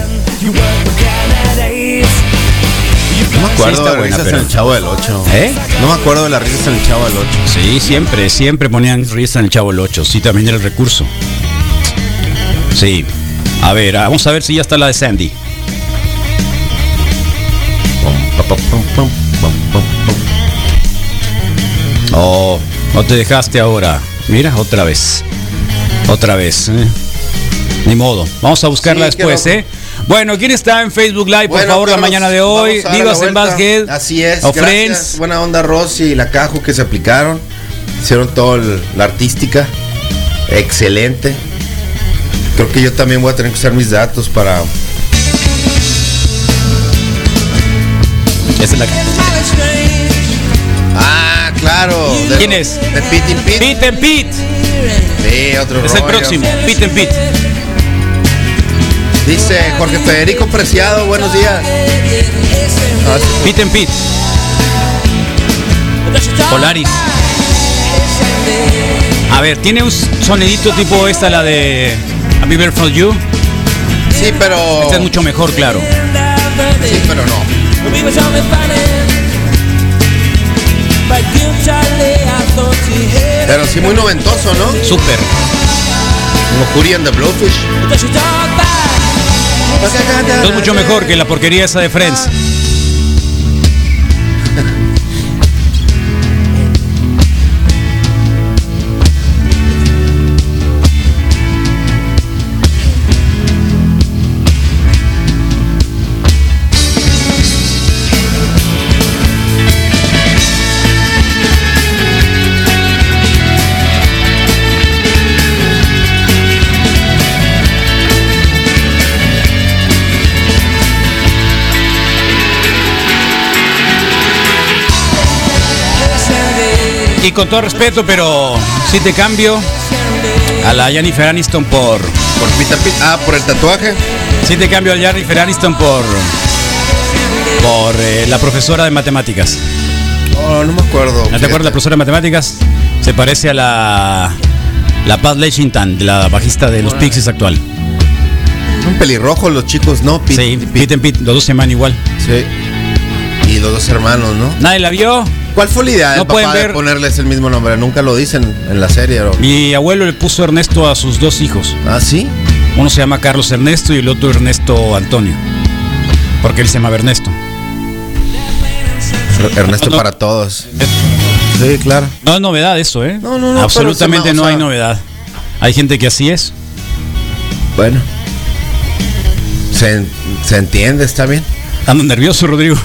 no me
Sí,
acuerdo
está
de las
buena,
risas
pero-
en el Chavo del 8.
¿Eh?
No me acuerdo de las risas en el Chavo del 8.
Sí, siempre, siempre ponían risas en el Chavo Locho. Sí, también era el recurso. Sí. A ver, ah, vamos a ver si ya está la de Sandy. Oh, no te dejaste ahora. Mira, otra vez. Otra vez. ¿eh? Ni modo. Vamos a buscarla
Sí, qué
después,
loco.
¿eh? Bueno, ¿quién está en Facebook Live? Por
Bueno,
favor, la
Carlos,
mañana de hoy.
vamos a dar
Vivas
la
en
vuelta.
Basket.
Así es.
O
gracias.
Friends.
Buena onda Rosy y la Cajo que se aplicaron. Hicieron todo el- la artística. Excelente. Creo que yo también voy a tener que usar mis datos para.
Esa es la
Ah, claro. de-
¿Quién es?
De Pit in Pit.
Pit and Pit.
Sí, otro
Es el
rollo.
próximo. Pit and Pit.
Dice Jorge Federico Preciado, buenos días. Ah, sí.
Pit and Pit.
Ah,
Polaris. A ver, tiene un sonidito tipo esta, la de A Beaver for You.
Sí, pero.
Esta es mucho mejor, claro.
Sí, pero no. Pero sí, muy noventoso, ¿no?
Súper.
Como Curie and the Blowfish.
Esto es mucho mejor que la porquería esa de Friends. y con todo respeto, pero si te cambio a la Jennifer Aniston por.
Por Pita Pita. Ah, por el tatuaje.
Si te cambio a la Jennifer Aniston por. Por eh, la profesora de matemáticas.
Oh, no me acuerdo.
¿No te acuerdas de la profesora de matemáticas? Se parece a la. La Paz Lechington, la bajista de los Pixies actual.
Un pelirrojo los chicos, ¿no? Pit-
sí,
Pit-
Pit and Pit, los dos se llaman igual.
sí. Y los dos hermanos, ¿no?
Nadie la vio.
¿Cuál fue la idea del
No pueden
papá
ver-
de ponerles el mismo nombre? Nunca lo dicen en la serie. ¿no?
Mi abuelo le puso Ernesto a sus dos hijos.
¿Ah, sí?
Uno se llama Carlos Ernesto y el otro Ernesto Antonio. Porque él se llama Ernesto.
Er- Ernesto
No.
para todos. Sí, claro.
No es novedad eso, ¿eh?
No, no, no,
Absolutamente
pero se me- o
no hay
sea-
novedad. Hay gente que así es.
Bueno. Se, en- se entiende, está bien.
Ando nervioso, Rodrigo.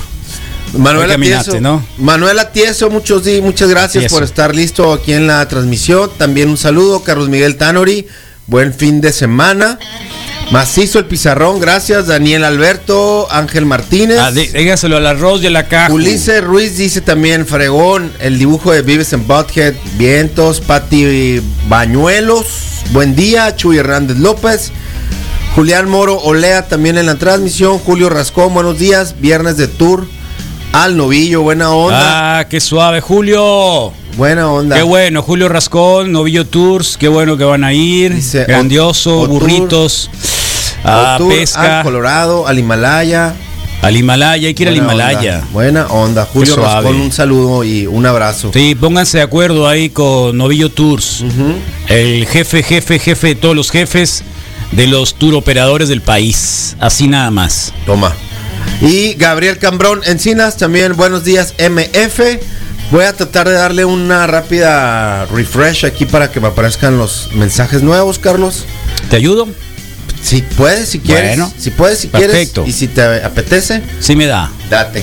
Manuel
Hoy caminaste,
Atieso,
¿no?
Manuel Atieso, muchos di- muchas gracias
Atieso.
por estar listo aquí en la transmisión. También un saludo, Carlos Miguel Tanori. Buen fin de semana. Macizo el Pizarrón, gracias. Daniel Alberto, Ángel Martínez.
Ah, dí- dígaselo al arroz y a la caja.
Ulises Ruiz dice también, fregón, el dibujo de Vives en Butthead, Vientos, Pati Bañuelos, buen día, Chuy Hernández López, Julián Moro Olea también en la transmisión, Julio Rascón, buenos días, viernes de tour, al novillo, buena onda,
Ah, qué suave, Julio.
buena onda.
Qué bueno, Julio Rascón, Novillo Tours, qué bueno que van a ir.
Dice,
Grandioso,
o- o
burritos, a
Al tour,
Ah,
ah,
pesca,
al Colorado, al Himalaya.
al Himalaya, hay que ir al
buena
Himalaya.
onda, buena onda, Julio
suave.
Rascón, un saludo y un abrazo.
Sí, pónganse de acuerdo ahí con Novillo Tours, el jefe, jefe, jefe de todos los jefes de los tour operadores del país. Así nada más.
Toma. Y Gabriel Cambrón Encinas, también buenos días MF. Voy a tratar de darle una rápida refresh aquí para que me aparezcan los mensajes nuevos, Carlos.
¿Te ayudo?
Si puedes, si quieres.
Bueno.
si puedes, si
Perfecto.
quieres. Y si te apetece,
Sí me da,
date.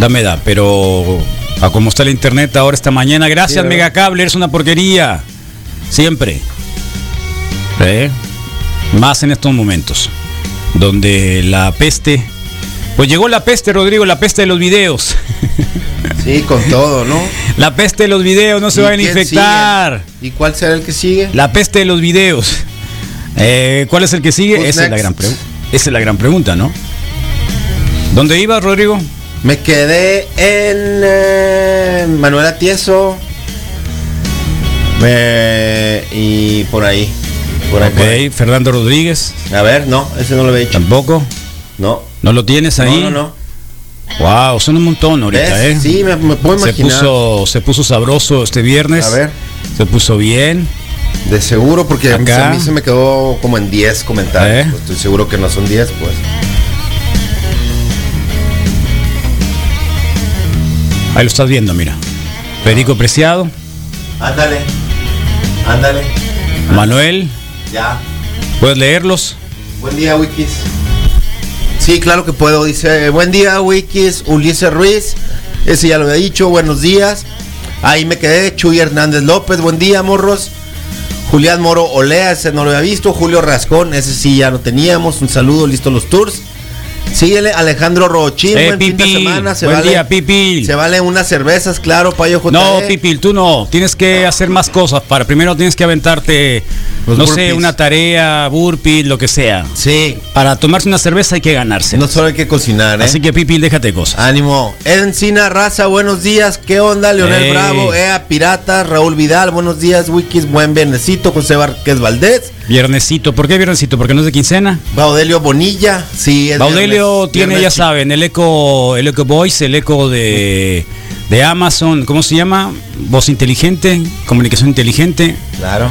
dame da, pero a como está el internet ahora esta mañana, gracias
Sí, ¿verdad?
Megacable, eres una porquería. Siempre. ¿Eh? Más en estos momentos, donde la peste... Pues llegó la peste, Rodrigo, la peste de los videos. [laughs]
Sí, con todo, ¿no?
La peste de los videos, [laughs] no se
¿Y
van a
quién
infectar.
sigue? ¿Y cuál será el que sigue?
La peste de los videos. Eh, ¿Cuál es el que sigue?
Who's
Esa es, la
next?
gran pregu- esa es la gran pregunta, ¿no? ¿Dónde ibas, Rodrigo?
Me quedé en eh, Manuel Atieso. Eh, y por ahí. Por ahí, por ahí.
Ok, Fernando Rodríguez.
A ver, no, ese no lo había dicho.
Tampoco.
No.
¿No lo tienes ahí?
No, no, no.
Wow, son un montón ahorita,
¿Ves?
¿eh?
Sí, me, me puedo
se,
imaginar.
puso, se puso sabroso este viernes.
A ver.
Se puso bien.
De seguro, porque a mí-
Acá.
a mí se me quedó como en 10 comentarios.
¿Eh?
pues, estoy seguro que no son 10, pues.
Ahí lo estás viendo, mira. Perico Preciado,
Ándale. Ándale.
Manuel,
Ya.
¿puedes leerlos?
Buen día, Wikis. Sí, claro que puedo. Dice, buen día, Wikis. Ulises Ruiz. Ese ya lo había dicho. Buenos días. Ahí me quedé. Chuy Hernández López. Buen día, morros. Julián Moro Olea. Ese no lo había visto. Julio Rascón. Ese sí ya lo teníamos. Un saludo. Listo los tours. Síguele Alejandro Rochín.
Eh,
buen fin de
Pipil.
semana. Se
Buen
vale,
día, Pipil.
Se vale unas cervezas, claro, Payo JD.
No, Pipil, tú no. Tienes que hacer más cosas. Para primero tienes que aventarte,
Los
no sé,
burpees.
una tarea, burpees, lo que sea.
Sí.
Para tomarse una cerveza hay que ganarse.
No solo hay que cocinar, ¿eh? Ah.
Así que Pipil, déjate cosas.
Ánimo. Encina Raza, buenos días. ¿Qué onda? Leonel
Ey.
Bravo, Ea Pirata, Raúl Vidal, buenos días. Wikis, buen viernesito. José Várquez Valdés,
Viernesito, ¿por qué viernesito? Porque no es de quincena.
Baudelio Bonilla. Sí, es
Baudelio
viernes-
tiene,
viernes
ya
chi-
saben, el eco, el eco voice, el eco de, de Amazon, ¿cómo se llama? Voz inteligente, comunicación inteligente,
Claro.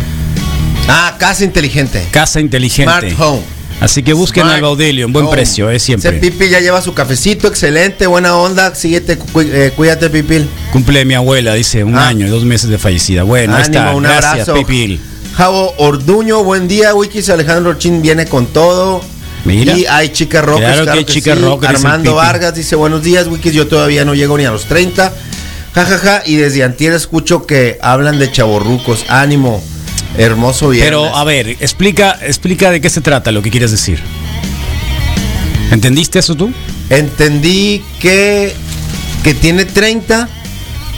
Ah, casa inteligente.
casa inteligente.
Smart Home.
Así que busquen
Smart
al Baudelio, en buen
Home.
precio, es
Ese
siempre.
Pipi ya lleva su cafecito, excelente, buena onda. Síguete, cu- eh, cuídate, Pipil.
Cumple de mi abuela, dice, un
Ah.
año y dos meses de fallecida. Bueno, ahí
Ánimo,
está.
un
Gracias,
abrazo.
Pipil.
Javo Orduño, buen día, Wikis. Alejandro Chin viene con todo.
Mira.
Y hay chicas rockers.
Claro que hay chicas rockers, dice el
Armando
Pipi.
Vargas dice, buenos días, Wikis. Yo todavía no llego ni a los 30. Ja, ja, ja. Y desde antier escucho que hablan de chavorrucos. Ánimo. Hermoso viernes.
Pero a ver, explica, explica de qué se trata lo que quieres decir. ¿Entendiste eso tú?
Entendí que, que tiene 30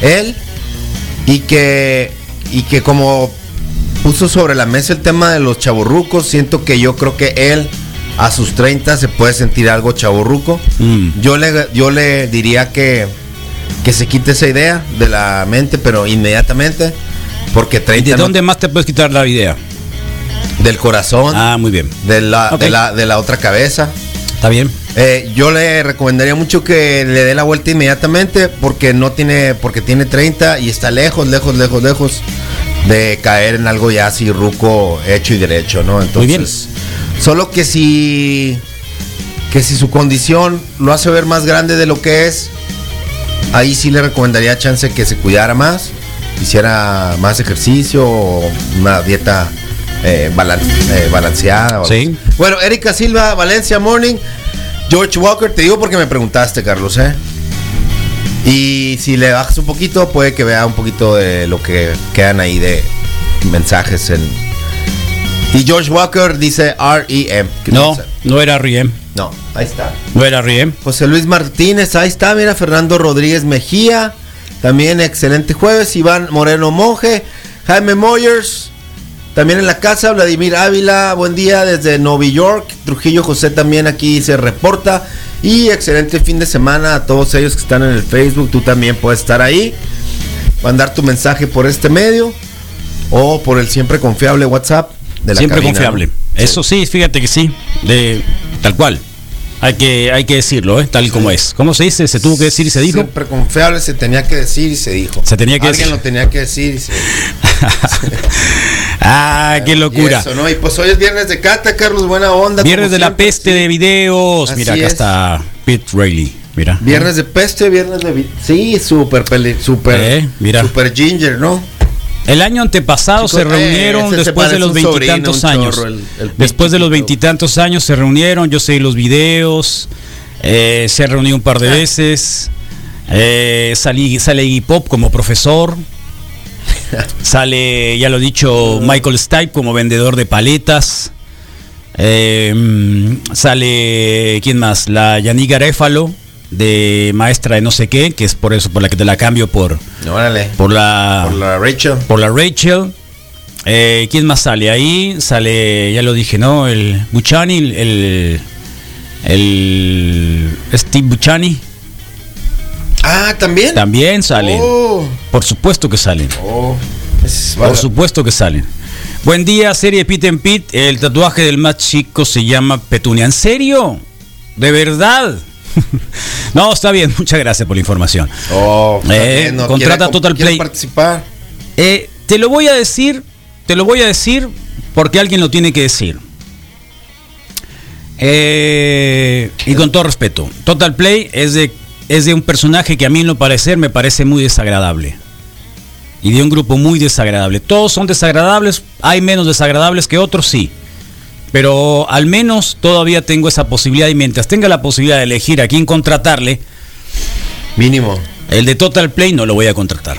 él y que y que como puso sobre la mesa el tema de los chavorrucos, siento que yo creo que él a sus 30 se puede sentir algo chavorruco.
Mm.
Yo le yo le diría que que se quite esa idea de la mente, pero inmediatamente porque
¿Y
30
de
no-
dónde más te puedes quitar la idea?
del corazón,
Ah, muy bien.
de la
Ok.
de la de la otra cabeza.
Está bien.
Eh, yo le recomendaría mucho que le dé la vuelta inmediatamente porque no tiene, porque tiene 30 y está lejos, lejos, lejos, lejos de caer en algo ya así ruco, hecho y derecho, ¿no? Entonces,
bien.
solo que si que si su condición lo hace ver más grande de lo que es, ahí sí le recomendaría a chance que se cuidara más, hiciera más ejercicio o una dieta eh, balan- eh, balanceada. o algo
Sí.
así. Bueno, Erika Silva, Valencia Morning, George Walker, te digo porque me preguntaste, Carlos, ¿eh? Y si le bajas un poquito, puede que vea un poquito de lo que quedan ahí de mensajes en... Y George Walker dice R.E.M. ¿Qué
No,
piensa?
no era Riem.
No, ahí está.
No era Riem.
José Luis Martínez, ahí está, mira, Fernando Rodríguez Mejía, también excelente jueves, Iván Moreno Monje, Jaime Moyers, también en la casa, Vladimir Ávila, buen día desde Nueva York, Trujillo José también aquí se reporta y excelente fin de semana a todos ellos que están en el Facebook, tú también puedes estar ahí, mandar tu mensaje por este medio o por el siempre confiable WhatsApp de la
Siempre
cabina,
confiable.
¿no?
Eso sí, fíjate que sí. De, tal cual. Hay que, hay que decirlo, ¿eh? tal como es. ¿Cómo se dice? ¿Se tuvo que decir y se dijo?
Siempre confiable se tenía que decir y se dijo.
Se tenía que
Alguien
decir.
lo tenía que decir y se dijo.
[laughs] ah, qué
Y
locura.
eso, ¿no? Y pues hoy es viernes de cata, Carlos, buena onda.
Viernes
como
de la
siempre.
peste de videos.
Así
Mira, acá
es.
está Pete Reilly. Mira.
Viernes de peste, viernes de... vi- Sí, súper peli, súper...
Eh, mira.
Súper ginger, ¿no?
El año antepasado
Chicos,
se
eh,
reunieron
ese se
después de
parece
los
un sobrino,
veintitantos
un
años.
chorro, el- el
después de los
piquito.
veintitantos años se reunieron, yo sé los videos, eh, se han reunido un par
Ah.
de veces. eh, salí- sale Iggy Pop
[laughs]
como profesor. Sale, ya lo he dicho, Michael Stipe como vendedor de paletas. Eh, mm, sale, ¿quién más? La Yannick Garefalo, de maestra de no sé qué, que es por eso, por la que te la cambio por,
Órale.
por la
Por la Rachel.
por la Rachel. Eh, ¿Quién más sale ahí? Sale, ya lo dije, ¿no? El Buchani, el, el, el Steve Buchani.
Ah, ¿también?
También salen.
Oh,
Por supuesto que salen.
oh. Es-
Por supuesto que salen. Buen día, serie Pit en Pit. El tatuaje del más chico se llama Petunia. ¿En serio? ¿De verdad? [laughs] no, está bien. Muchas gracias por la información.
Oh,
Eh,
también, no
contrata
quiere-
Total
quiere
Play.
participar.
Eh, te lo voy a decir, te lo voy a decir porque alguien lo tiene que decir. Eh, y con todo respeto, Total Play es de, es de un personaje que a mí en lo parecer me parece muy desagradable. Y de un grupo muy desagradable. Todos son desagradables, hay menos desagradables que otros, sí. Pero al menos todavía tengo esa posibilidad y mientras tenga la posibilidad de elegir a quién contratarle,
Mínimo.
el de Total Play no lo voy a contratar.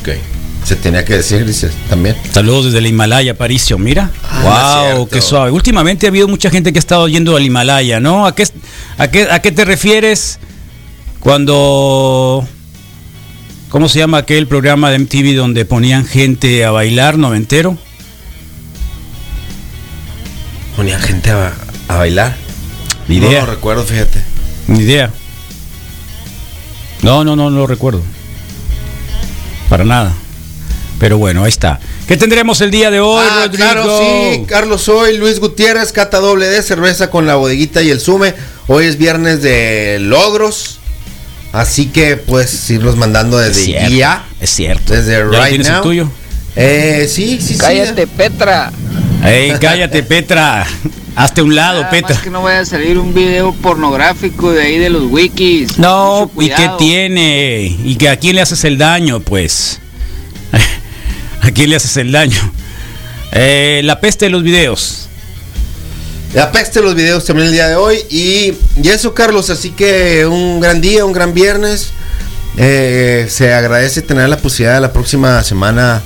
Ok. Se tenía que decir, dices, también.
Saludos desde el Himalaya, Paricio, mira.
Ah,
wow,
cierto.
qué suave. Últimamente ha habido mucha gente que ha estado yendo al Himalaya, ¿no? ¿A qué, a qué, a qué te refieres cuando... ¿Cómo se llama aquel programa de MTV donde ponían gente a bailar noventero?
Ponía gente a, a bailar.
Ni idea.
No lo recuerdo, fíjate.
Ni idea. No, no, no, no lo recuerdo. Para nada. Pero bueno, ahí está. ¿Qué tendremos el día de hoy,
Ah,
Rodrigo?
claro, sí, Carlos Soy, Luis Gutiérrez, cata doble de cerveza con la bodeguita y el sume. Hoy es viernes de logros. Así que pues irlos mandando
Es
desde
cierto,
ya.
es cierto.
Desde
¿Ya lo
right
tienes el
now.
tuyo?
Eh, sí, sí, sí.
Cállate, Petra.
Ey, cállate, Petra. Hazte un lado,
Nada
Petra.
más que no vaya a salir un video pornográfico de ahí de los wikis.
No,
Mucho
¿y qué
cuidado.
tiene? ¿Y que a quién le haces el daño, pues? [laughs] ¿A quién le haces el daño? Eh, la peste de los videos.
La peste de los videos también el día de hoy. Y, y eso, Carlos. Así que un gran día, un gran viernes. Eh, se agradece tener la posibilidad de la próxima semana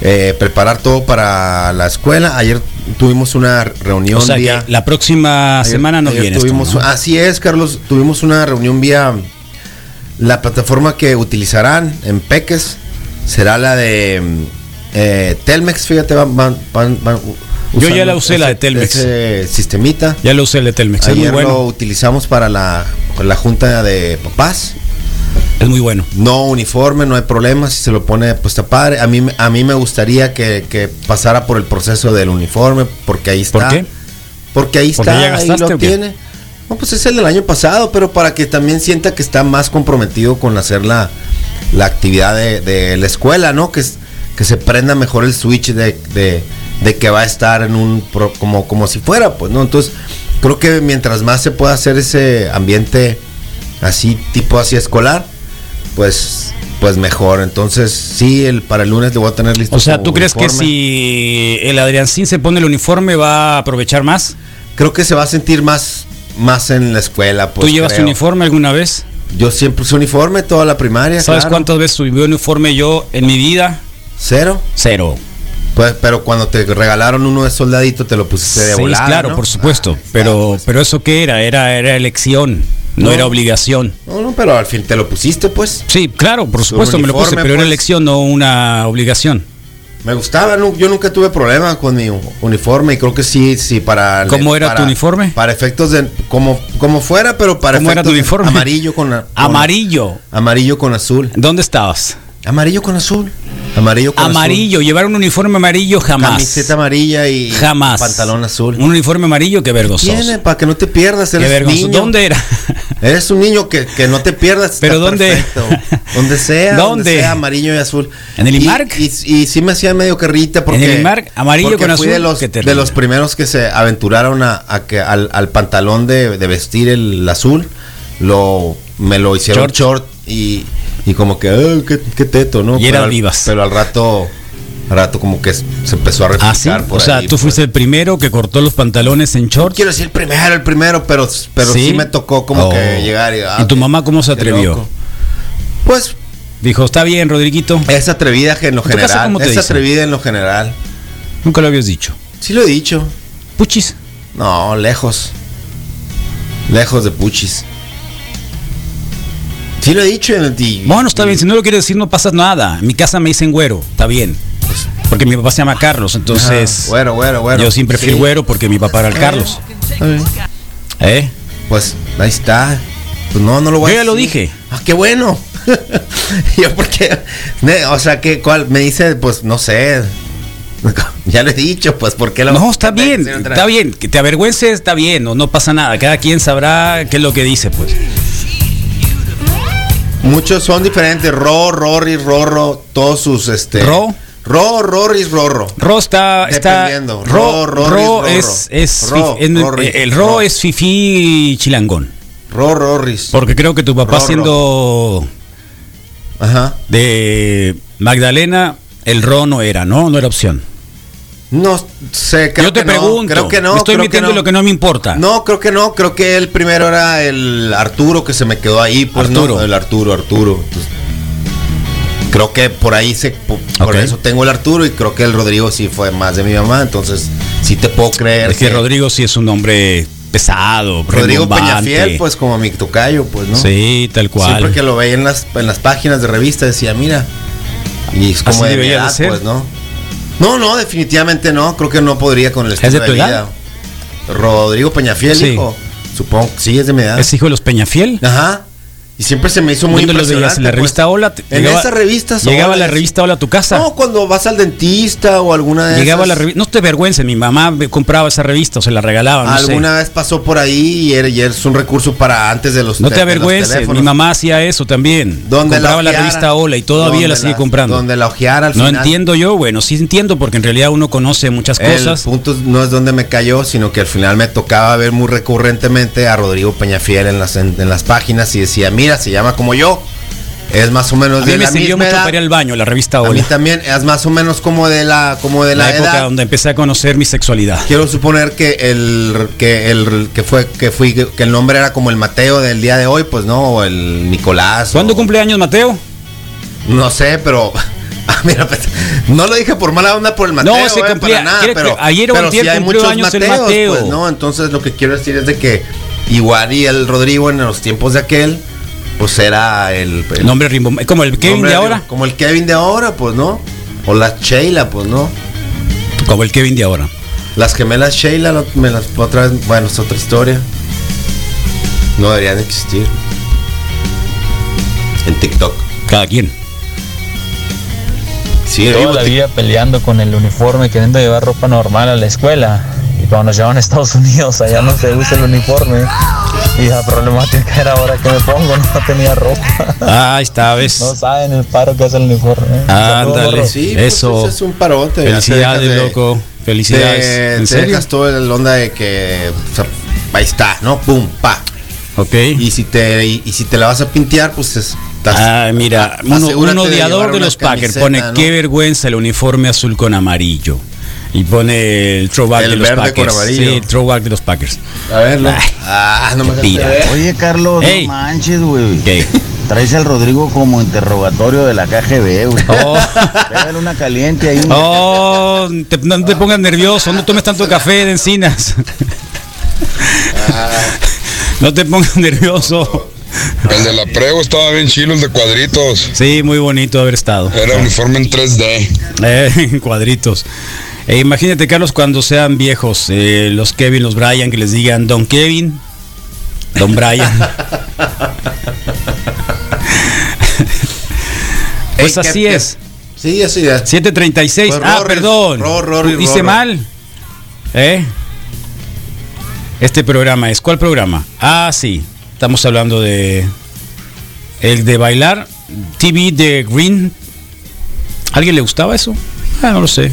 eh, preparar todo para la escuela. Ayer tuvimos una reunión.
o sea,
vía-
que la próxima
Ayer-
semana no
ayer
vienes. tú,
Tuvimos,
¿no?
Así es, Carlos. Tuvimos una reunión vía la plataforma que utilizarán en Peques. será la de mm, eh, Telmex, fíjate, van, van, van- van
Yo ya la
usando
usé, la de Telmex.
ese sistemita.
Ya lo usé el de Telmex. Es muy
Ayer lo
bueno.
utilizamos para la, la junta de papás.
Es muy bueno.
No uniforme, no hay problema. Si se lo pone, pues está padre. A mí, a mí me gustaría que, que pasara por el proceso del uniforme, porque ahí está.
¿Por qué?
Porque ahí
¿Porque
está,
ya gastaste
ahí
o
lo
qué?
tiene. No, pues es el del año pasado, pero para que también sienta que está más comprometido con hacer la, la actividad de, de la escuela, ¿no? Que, es- que se prenda mejor el switch de, de- de que va a estar en un. pro- como, como si fuera, pues, ¿no? Entonces, creo que mientras más se pueda hacer ese ambiente así, tipo así escolar, pues pues mejor. Entonces, sí, el, para el lunes lo voy a tener listo.
O sea,
como
¿tú crees que
uniforme.
si el Adriancín se pone el uniforme va a aprovechar más?
Creo que se va a sentir más, más en la escuela. Pues,
¿Tú llevas tu
creo.
uniforme alguna vez?
Yo siempre usé uniforme toda la primaria.
¿Sabes
claro.
cuántas veces subí uniforme yo en mi vida?
Cero.
Cero.
Pues, pero cuando te regalaron uno de soldadito, te lo pusiste de
Sí,
volada.
claro,
¿no?
por supuesto.
Ah,
pero,
claro, pues.
pero eso qué era, era, era elección, no,
No.
era obligación.
No, no, pero al fin te lo pusiste, pues.
Sí, claro, por
Su
supuesto me lo puse,
uniforme,
pero era
pues.
elección, no una obligación.
Me gustaba, nu- yo nunca tuve problema con mi u- uniforme y creo que sí, sí, para...
¿Cómo era
para-
tu uniforme?
Para efectos de... Como, como fuera, pero para
¿Cómo era tu
efectos de-
uniforme?
Amarillo con, a- con-
[laughs] Amarillo.
Amarillo con azul.
¿Dónde estabas?
Amarillo con azul. Amarillo con azul.
Amarillo, llevar un uniforme amarillo jamás.
Camiseta amarilla y
jamás.
pantalón azul.
Un uniforme amarillo que vergonzoso.
Tiene, para que no te pierdas,
Qué
eres
vergonzoso.
niño.
¿Dónde
[laughs]
era?
Eres un niño que, que no te pierdas. está
Pero ¿dónde?
perfecto. Donde sea, donde
¿Dónde?
sea amarillo y azul.
¿En el
Y-
Imarc?
Y, y sí me hacía medio carrita porque.
¿En el Imarc? Amarillo
porque
con
fui
azul,
De los,
qué
de
terrible.
los primeros que se aventuraron a, a que al, al pantalón de, de vestir el azul, lo me lo hicieron
Short.
short y, y como que, "Ay, qué, qué teto, ¿no?
Y eran
al-
vivas.
Pero al rato, al rato como que se empezó a
Ah, sí.
refrescar
O sea, tú fuiste el primero que cortó los pantalones en shorts.
Quiero decir primero, el primero, pero, pero sí.
¿Sí?
me tocó como
Oh.
que llegar y. ah,
¿Y tu
qué-
mamá cómo se
qué
atrevió?
loco. Pues
Dijo, está bien, Rodriguito.
es atrevida en lo
¿En tu casa
general.
cómo te
Es
dicen?
atrevida en lo general.
Nunca lo habías dicho.
Sí lo he dicho.
Puchis.
No, lejos. Lejos de puchis. Sí lo he dicho en el y-
Bueno, está bien, si no lo quieres decir no pasa nada. En mi casa me dicen güero, está bien. Porque mi papá se llama Carlos, entonces...
Ah, güero, güero, güero.
Yo siempre fui
Sí. Eh,
güero porque mi papá era el Carlos.
Está bien.
¿Eh?
Pues ahí está. Pues no, no lo voy
Yo
a
ya lo
decir.
dije.
Ah, qué bueno. [laughs] Yo porque, ne- o sea, que cuál me dice, pues no sé. [laughs] Ya lo he dicho, pues porque lo
No, está bien,
Sí, otra-
está bien. Que te avergüences, está bien, no, no pasa nada. Cada quien sabrá qué es lo que dice, pues.
Muchos son diferentes, Ro, Rory, Rorro, todos sus este
Ro.
Ro, Rorris, Rorro.
Ro está... está
Dependiendo. Ro,
ro,
Roris,
Ro
Rorro.
es... es
Ro,
fif- en-
Roris,
el ro,
Ro.
es fifí chilangón.
Ro, Rorris.
Porque creo que tu papá
Ro, ro.
siendo
Ajá.
de Magdalena, el ro no era, ¿no? No era opción.
No sé, creo
Yo te
que no,
pregunto,
creo que no,
me estoy
creo
metiendo en lo que no me importa.
No, creo que no, creo que el primero era el Arturo que se me quedó ahí, pues
Arturo.
no, el Arturo, Arturo. Entonces, creo que por ahí se por, por
Ok.
eso tengo el Arturo y creo que el Rodrigo sí fue más de mi mamá, entonces sí te puedo creer.
Es que Rodrigo sí es un hombre pesado,
Rodrigo
remombante.
Peñafiel, pues como mi tocayo, pues no.
Sí, tal cual.
Siempre que lo veía en las, en las páginas de revista decía, mira. Y es como
Así
de mi
debería de
edad,
ser.
pues, ¿no? No, no, definitivamente no. Creo que no podría con el estilo
de tu edad?
Rodrigo Peñafiel,
Sí.
hijo. Supongo que sí, es de mi edad.
¿Es hijo de los Peñafiel?
Ajá. Y siempre se me hizo muy
¿Dónde lo
impresionante.
veías? ¿En la
pues.
revista Hola? Te-
En esa revista. Hola,
¿Llegaba la
sí.
revista Hola a tu casa?
No, cuando vas al dentista o alguna de
Llegaba la
esas.
revista. No te vergüences, mi mamá me compraba esa revista o se la regalaba. No sé.
Alguna vez pasó por ahí y era- y es un recurso para antes de los
No te
de los
avergüences, mi
teléfonos.
mamá hacía eso también.
Donde
compraba la,
ojeara,
revista Hola y todavía
donde
la sigue comprando.
Donde la ojeara al
no
final.
entiendo yo, bueno, sí entiendo porque en realidad uno conoce muchas
El
cosas.
punto no es donde me cayó, sino que al final me tocaba ver muy recurrentemente a Rodrigo Peñafiel en las, en, en las páginas y decía, mira, se llama como yo. Es más o menos
A
de
mí me
la
sirvió
misma
mucho
edad.
para ir al baño la revista
A mí
Hola.
también es más o menos como de la, como de la,
la época
edad.
donde empecé a conocer mi sexualidad.
Quiero suponer que el que el que fue que fui que el nombre era como el Mateo del día de hoy, pues no, o el Nicolás.
¿Cuándo
o-
cumple años Mateo?
No sé, pero. [laughs] Ah, mira, pues, no lo dije por mala onda por el Mateo,
No, se
eh,
cumplía-
para nada,
quiere-
pero,
ayer o
pero
antier
sí hay
cumplió
muchos
años el
Mateos,
Mateo.
pues, ¿no? Entonces lo que quiero decir es de que igual y el Rodrigo en los tiempos de aquel pues era el, el
Nombre rimbombante. Como el Kevin
nombre
de
rim-
ahora.
Como el Kevin de ahora, pues no. O la Sheila, pues no.
Como el Kevin de ahora.
Las gemelas Sheila lo- me las otra vez, bueno, es otra historia. No deberían existir. En TikTok.
Cada quien.
Sigue vivo
Toda la vida peleando con el uniforme, queriendo llevar ropa normal a la escuela. Y cuando nos llevan a Estados Unidos, allá no se usa el uniforme. Y la problemática era ahora que me pongo, no tenía ropa.
Ah, está, ves.
No saben el paro que hace el uniforme.
Ándale.
Saludos,
Sí,
Eso.
Pues, ese es un parote. ya te dejas
Felicidades,
de-
loco.
te-
Felicidades. ¿En
te
serio?
dejas todo el onda de que o sea, ahí está, ¿no? Pum, pa.
Ok.
Y si te y, y si te la vas a pintear, pues es- estás-
Ah, mira,
a-
uno- un,
asegúrate de
odiador
llevar
de
una
los Packers
camiseta,
pone
¿no?
qué vergüenza el uniforme azul con amarillo. Y pone el throwback
El
de los
verde con
Packers.
amarillo.
Sí, el throwback de los Packers.
A verlo.
Ay,
Ah, no me dejaste
pira.
ver. [laughs]
Oye, Carlos,
Ey.
no manches, güey.
¿Qué?
Traes al Rodrigo como interrogatorio de la KGB, güey.
Oh.
Pégale una caliente ahí.
Oh, te- no te pongas nervioso, no tomes tanto café de encinas. No te pongas nervioso.
El de la prego estaba bien chilo, el de cuadritos.
Sí, muy bonito haber estado.
Eh.
Era uniforme en 3D.
Eh, en cuadritos. E imagínate, Carlos, cuando sean viejos, eh, los Kevin, los Brian, que les digan Don Kevin, Don Brian.
[laughs]
pues
Ey,
así
¿qué- qué-
es.
Sí, así es.
736.
Pues,
ah,
Rorris,
perdón.
Ror, Rorris,
Hice
Rorro.
mal. ¿Eh? Este programa es. ¿Cuál programa? Ah, sí. Estamos hablando de. El de bailar. TV de Green. ¿A ¿Alguien le gustaba eso? Ah, no lo sé.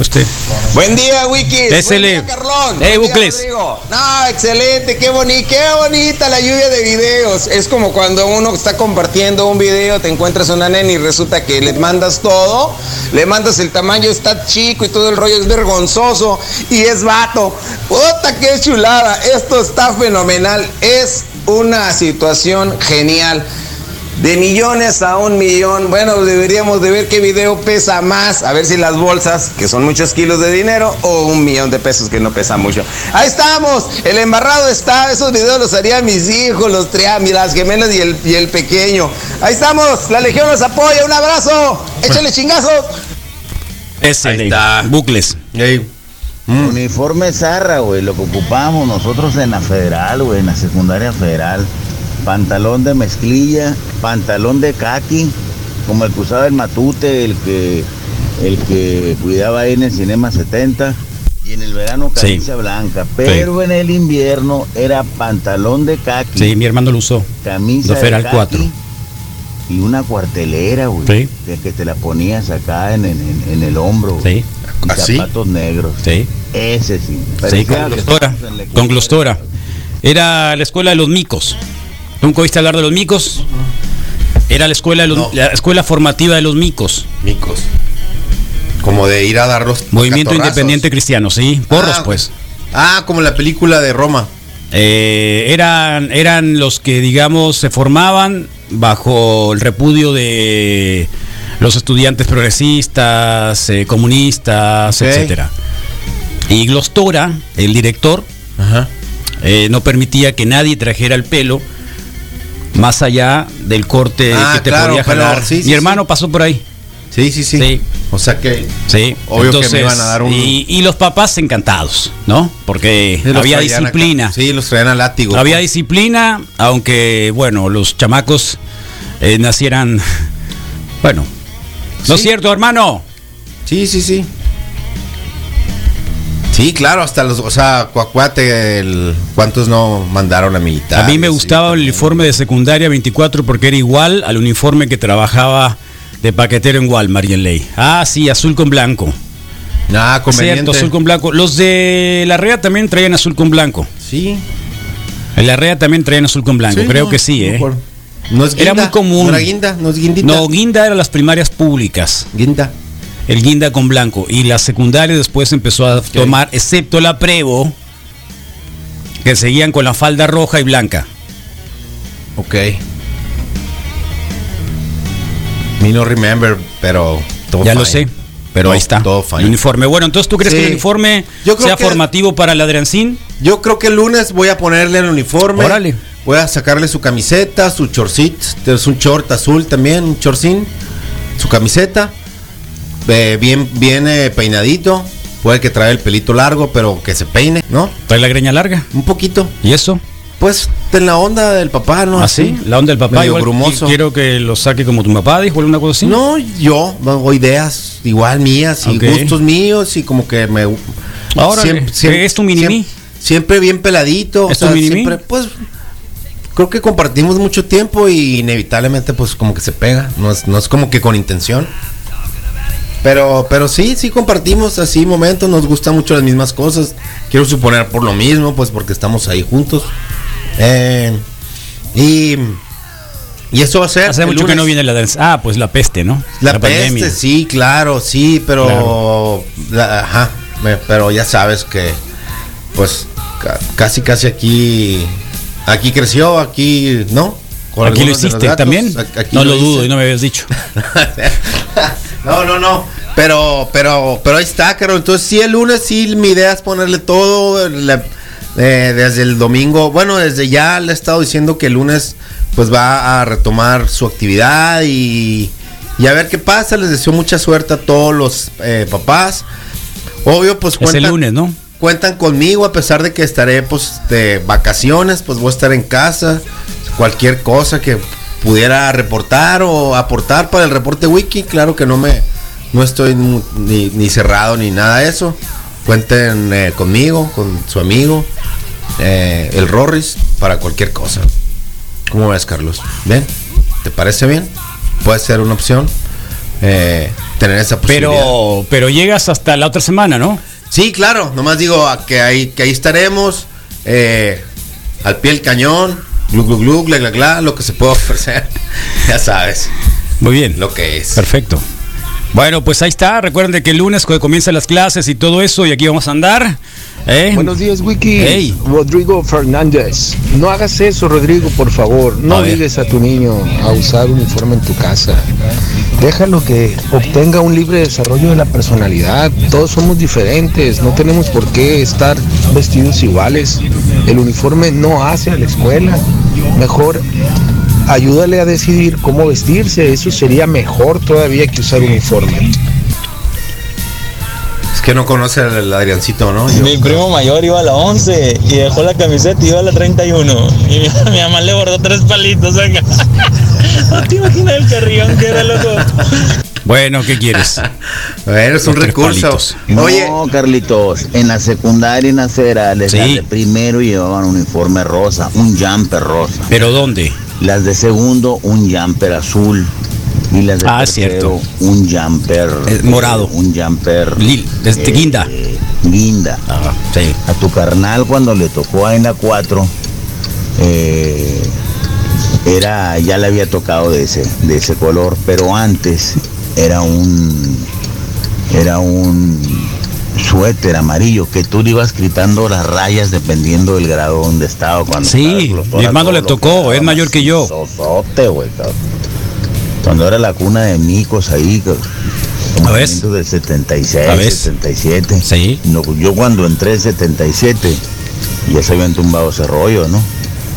Usted.
Buen día, Wikis.
Désele.
Buen día, Carlón.
Ey,
Buen día,
Bucles.
Rodrigo. No, excelente. Qué, boni qué bonita la lluvia de videos. Es como cuando uno está compartiendo un video, te encuentras una nena y resulta que le mandas todo. Le mandas el tamaño, está chico y todo el rollo es vergonzoso. Y es vato. Puta, qué chulada. Esto está fenomenal. Es una situación genial. De millones a un millón. Bueno, deberíamos de ver qué video pesa más. A ver si las bolsas, que son muchos kilos de dinero, o un millón de pesos que no pesa mucho. Ahí estamos. El embarrado está. Esos videos los haría mis hijos, los tres, las gemelas y el, y el pequeño. Ahí estamos. La Legión los apoya. Un abrazo. Échale chingazos.
Ese
Ahí
de
está.
Bucles.
Ey,
Mm.
Uniforme zarra, güey, lo que ocupamos nosotros en la federal, güey, en la secundaria federal. Pantalón de mezclilla, pantalón de caqui, como el que usaba el matute, el que, el que cuidaba ahí en el Cinema 70. Y en el verano
Sí.
camisa blanca, pero en el invierno era pantalón de caqui,
Sí, mi hermano lo usó.
camisa
Lo Feral
de caqui
cuatro.
y una cuartelera, güey,
Sí.
de que te la ponías acá en, en- en- en el hombro,
¿Ah, Sí,
y
¿Así?
zapatos negros.
sí.
Ese sí.
Sí,
Parecía
con
que
Glostora.
estábamos en la
Con
escuela.
Glostora. Era la escuela de los micos. ¿Nunca oíste hablar de los micos? Era la escuela, de los-
No.
la escuela formativa de los micos.
micos. Como de ir a dar los
Movimiento
catorrazos.
Independiente Cristiano, sí. Porros,
Ah,
pues.
Ah, como la película de Roma.
Eh, eran, eran los que, digamos, se formaban bajo el repudio de los estudiantes progresistas, eh, comunistas,
Ok.
etcétera. Y Glostora, el director,
Ajá.
Eh, no permitía que nadie trajera el pelo más allá del corte
Ah,
que te
claro,
podía
pero
jalar.
sí, sí,
Mi hermano
sí.
pasó por ahí.
Sí, sí, sí,
Sí.
O sea que.
Sí,
Obvio que me iban a dar un.
y, y los papás encantados, ¿no? Porque
Sí, los
había
traían acá.
disciplina.
Sí, pues. los traían a látigo.
Había disciplina, aunque, bueno, los chamacos eh, nacieran. [laughs] Bueno, ¿no es
Sí.
cierto, hermano?
Sí, sí, sí. Sí, claro, hasta los. O sea, Cuacuate, el- ¿cuántos no mandaron a militar?
A mí me
Sí,
gustaba el
también.
uniforme de secundaria 24 porque era igual al uniforme que trabajaba de paquetero en Walmart y en Ley. Ah, sí, azul con blanco.
Ah,
Cierto,
conveniente.
azul con blanco. Los de la REA también traían azul con blanco.
Sí.
En la REA también traían azul con blanco,
Sí,
creo
no,
que sí,
no
¿eh?
por- No es
Era
guinda,
muy común.
No era guinda, no es guindita.
No, guinda eran las primarias públicas.
guinda.
El guinda con blanco. Y la secundaria después empezó a tomar, excepto la prevo, que seguían con la falda roja y blanca.
Ok. Me no remember, pero. todo
ya lo sé.
fine.
Pero ahí está.
Todo fine.
El uniforme. Bueno, entonces tú crees
Sí.
que el uniforme
Yo creo
sea
que-
formativo para la Adriancín?
Yo creo que el lunes voy a ponerle el uniforme.
Órale.
Voy a sacarle su camiseta, su shortcit, es un short azul también, un shortcín, su camiseta, eh, bien, bien eh, peinadito. Puede que trae el pelito largo, pero que se peine, ¿no?
¿Trae la greña larga?
Un poquito.
¿Y eso?
Pues en la onda del papá, ¿no?
Así, ¿Ah, la onda del papá.
Medio
Igual,
grumoso.
y Quiero que lo saque como tu papá, dijo alguna cosa así.
No, yo hago ideas igual mías y
Ok.
gustos míos y como que me...
Ahora, ¿es tu mini-mí?
Siempre, siempre bien peladito.
¿Es tu mini-mí?
siempre, pues creo que compartimos mucho tiempo y inevitablemente pues como que se pega. No es, no es como que con intención. Pero, pero sí, sí compartimos así momentos, nos gustan mucho las mismas cosas. Quiero suponer por lo mismo, pues porque estamos ahí juntos. Eh, y, y eso va a ser.
Hace
el
mucho que
lunes.
no viene la danza. Ah, pues la peste, ¿no?
La, peste, sí, claro, sí, pero. la- ajá, me- pero ya sabes que. Pues ca- casi, casi aquí. Aquí creció, aquí, ¿no? Con
Aquí
algunos de
lo
los
hiciste
gatos,
también.
a- aquí
no lo, dudo
hice.
y no me habías dicho.
[laughs] No, no, no. Pero, pero, pero ahí está, Carol. Entonces, sí, el lunes, sí, mi idea es ponerle todo. la- eh, desde el domingo, bueno, desde ya le he estado diciendo que el lunes, pues va a retomar su actividad y, y a ver qué pasa. Les deseo mucha suerte a todos los eh, papás. Obvio, pues
Es el lunes, ¿no?
Cuentan conmigo, a pesar de que estaré pues de vacaciones, pues voy a estar en casa. Cualquier cosa que pudiera reportar o aportar para el reporte wiki, claro que no me no estoy mu- ni, ni cerrado ni nada de eso. Cuenten eh, conmigo, con su amigo, eh, el Rorris, para cualquier cosa. ¿Cómo ves, Carlos? ¿Ven? ¿Te parece bien? Puede ser una opción eh, tener esa posibilidad.
Pero, pero llegas hasta la otra semana, ¿no?
Sí, claro, nomás digo a que ahí, que ahí estaremos, eh, al pie del cañón, glu glu glu, gla gla gla, lo que se pueda ofrecer, [laughs] ya sabes.
Muy bien.
Lo que es.
Perfecto. Bueno, pues ahí está. Recuerden de que el lunes cuando comienzan las clases y todo eso, y aquí vamos a andar. ¿eh?
Buenos días, Wiki.
Hey.
Rodrigo Fernández. No hagas eso, Rodrigo, por favor. No obligues a tu niño a usar uniforme en tu casa. Déjalo que obtenga un libre desarrollo de la personalidad. Todos somos diferentes. No tenemos por qué estar vestidos iguales. El uniforme no hace a la escuela. Mejor ayúdale a decidir cómo vestirse. Eso sería mejor todavía que usar uniforme.
Es que no conoce al Adriancito, ¿no? Yo-
Mi primo mayor iba a la 11 y dejó la camiseta y iba a la 31. Y mi, mi mamá le bordó tres palitos acá. No te imaginas el carrión que era loco.
Bueno,
[laughs]
¿qué quieres?
Eres
un recurso.
No, Carlitos, en la secundaria y en la federales, las de primero llevaban uniforme rosa, un jumper rosa.
¿Pero dónde?
Las de segundo, un jumper azul. Y las de
Ah,
tercero, un jumper morado. Un jumper eh,
Lil,
Eh,
este, guinda.
guinda.
ah,
A tu carnal cuando le tocó ahí en la 4, eh, era, ya le había tocado de ese, de ese color, pero antes era un era un suéter amarillo que tú le ibas gritando las rayas dependiendo del grado donde estaba cuando
Sí, mi hermano le tocó, es mayor que yo.
sosote, güey, cabrón. Cuando era la cuna de micos ahí, cabrón.
¿La ves?
del 76,
¿La ves?
77. No, yo cuando entré en 77, ya se habían tumbado ese rollo, ¿no?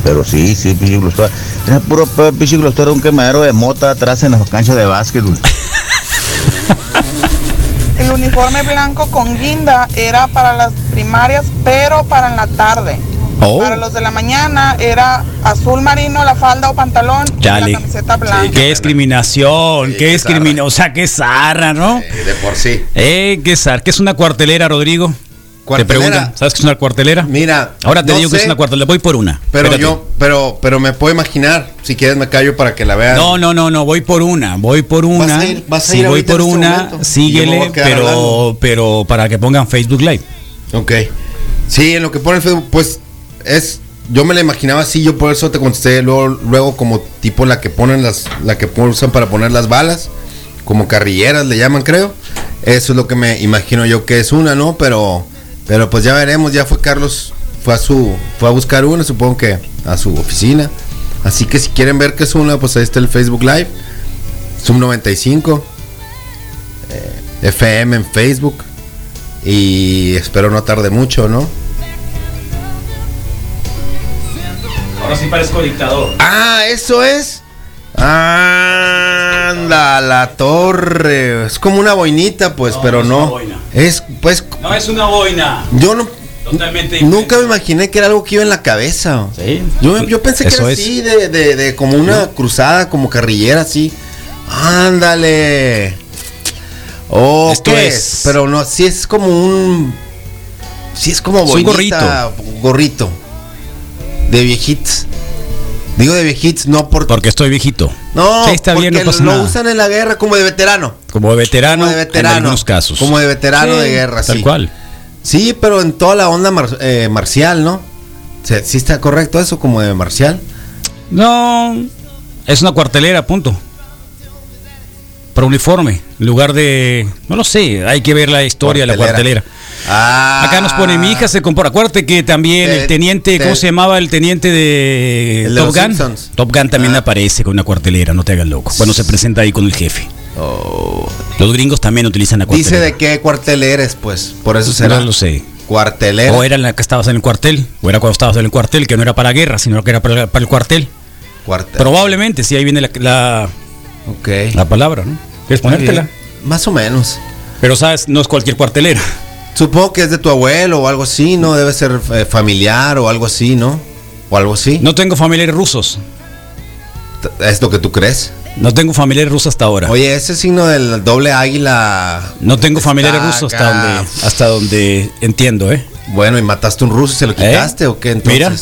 Pero sí, sí, pinche Glostor. Era puro pe- pinche Glostor, un quemadero de mota atrás en las canchas de básquet. güey.
[laughs] El uniforme blanco con guinda era para las primarias, pero para en la tarde.
Oh.
Para los de la mañana era azul marino la falda o pantalón y
Chale.
la camiseta blanca.
qué discriminación, qué discriminación. O sea, qué zarra, ¿no?
de por sí.
Eh, qué zarra. ¿Qué es una cuartelera, Rodrigo?
Cuartelera.
Te preguntan, ¿sabes qué es una cuartelera?
Mira,
Ahora te
no
digo que
sé,
es una cuartelera. Voy por una.
Pero
Espérate.
yo, pero, pero me puedo imaginar, si quieres me callo para que la vean.
No, no, no, no, voy por una, voy por una.
a ir- vas a
sí,
ir
voy
ahorita
por
en este
una,
momento. Y yo me voy
síguele,
a quedar
pero,
hablando.
pero para que pongan Facebook Live.
Ok. Sí, en lo que pone el Facebook, pues es. Yo me la imaginaba así, yo por eso te contesté luego, luego como tipo la que ponen las. La que usan para poner las balas. Como carrilleras le llaman, creo. Eso es lo que me imagino yo que es una, ¿no? Pero. Pero pues ya veremos, ya fue Carlos. Fue a su. Fue a buscar una, supongo que a su oficina. Así que si quieren ver que es una, pues ahí está el Facebook Live. Zoom 95. eh, FM en Facebook. Y espero no tarde mucho, ¿no?
Ahora sí parezco dictador.
Ah, eso es. Anda, la torre. Es como una boinita, pues, pero no. Es, pues,
No es una boina.
yo no.
Totalmente
Nunca me imaginé que era algo que iba en la cabeza. Yo, yo pensé que
Eso
era
es.
así, de, de- de como una cruzada, como carrillera, así. Ándale. Oh,
Esto
¿qué
es.
es? Pero no, sí es como un. Sí es como
Es un
boinita, Gorrito. De viejitos. Digo de viejitos, no por
Porque estoy viejito.
no,
Sí, está bien, no
porque
pasa
lo
nada.
usan en la guerra como de veterano.
Como de veterano,
Como de veterano.
en algunos casos.
Como de veterano
Sí,
de guerra,
Tal
sí.
cual.
Sí, pero en toda la onda mar- eh, marcial, ¿no? Se- Sí está correcto eso, como de marcial.
No, es una cuartelera, punto. Para uniforme, en lugar de. No lo sé, hay que ver la historia de la
Cuartelera.
cuartelera.
Ah,
Acá nos pone mi hija, se compara. Acuérdate que también
Te-
el teniente, ¿cómo
te-
se llamaba el teniente de
El de
Top
los
Gun?
Simpsons. Ah.
Top Gun también aparece con una cuartelera, no te hagas loco. Cuando se presenta ahí con el jefe. Los gringos también utilizan la
Ah, oh, Dice de
cuartelera.
qué cuartel eres, pues. Por eso será.
No lo sé.
Cuartelero.
O era la que estabas en el cuartel, o era cuando estabas en el cuartel, que no era para guerra, sino que era para, para el cuartel.
Cuartel.
Probablemente, si ahí viene la, la,
Ok.
la palabra, ¿no? ¿Quieres
Está bien.
ponértela?
Más o menos.
Pero sabes, no es cualquier cuartelera.
Supongo que es de tu abuelo o algo así, ¿no? Debe ser eh, familiar o algo así, ¿no? O algo así.
No tengo familiares rusos.
T- ¿Es lo que tú crees?
No tengo familiares rusos hasta ahora.
Oye, ese signo del doble águila.
no tengo familiares
está
rusos hasta
acá.
donde, hasta donde entiendo, ¿eh?
Bueno, ¿y mataste un ruso y se lo
¿Eh?
quitaste o qué entonces?
Mira,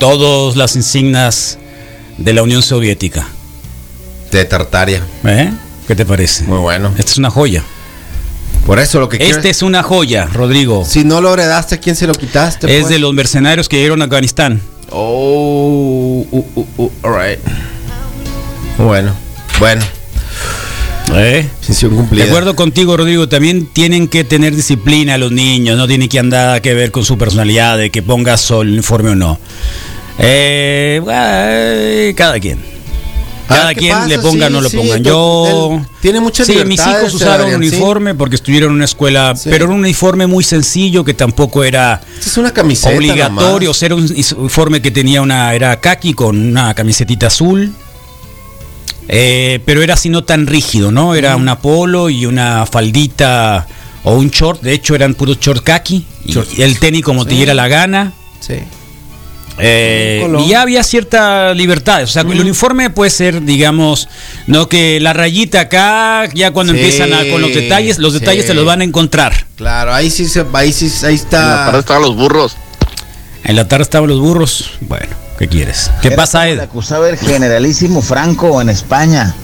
todas las insignias de la Unión Soviética.
De Tartaria.
¿eh? ¿Qué te parece?
Muy bueno.
Esta es una joya.
Por eso lo que quiero-
Esta Este es una joya, Rodrigo.
Si no lo heredaste, ¿a quién se lo quitaste?
Es
pues?
de los mercenarios que llegaron a Afganistán.
Oh, uh, uh, uh, all right. Bueno, bueno.
¿eh?
Sesión
De
cumplida.
acuerdo contigo, Rodrigo, también tienen que tener disciplina los niños, no tiene que andar que ver con su personalidad, de que pongas sol uniforme o no. Eh, eh, cada quien.
A ver
Cada
Ah, qué
quien
pasa,
le ponga o
sí,
no lo
sí,
pongan.
el-
Yo.
el- tiene muchas
Sí, mis
libertades,
hijos usaron
Adrián, sí.
uniforme porque estuvieron en una escuela, pero era un uniforme muy sencillo que tampoco era
Esta es una camiseta.
obligatorio.
nomás.
Era un uniforme que tenía una. Era kaki con una camisetita azul. Eh, pero era así no tan rígido, ¿no? Era un polo y una faldita o un short. De hecho, eran puros short kaki. y el tenis como te diera la gana.
Sí.
Eh,
Un color.
y ya había cierta libertad. O sea, el uniforme puede ser, digamos, no que la rayita acá, ya cuando
Sí,
empiezan a- con los detalles, los
sí.
detalles se los van a encontrar.
Claro, ahí sí, se, ahí sí, ahí está.
estaban los burros.
En la tarde estaban los burros. Bueno, ¿qué quieres? ¿Qué
Era
pasa,
como
Ed?
Le acusaba el generalísimo Franco en España.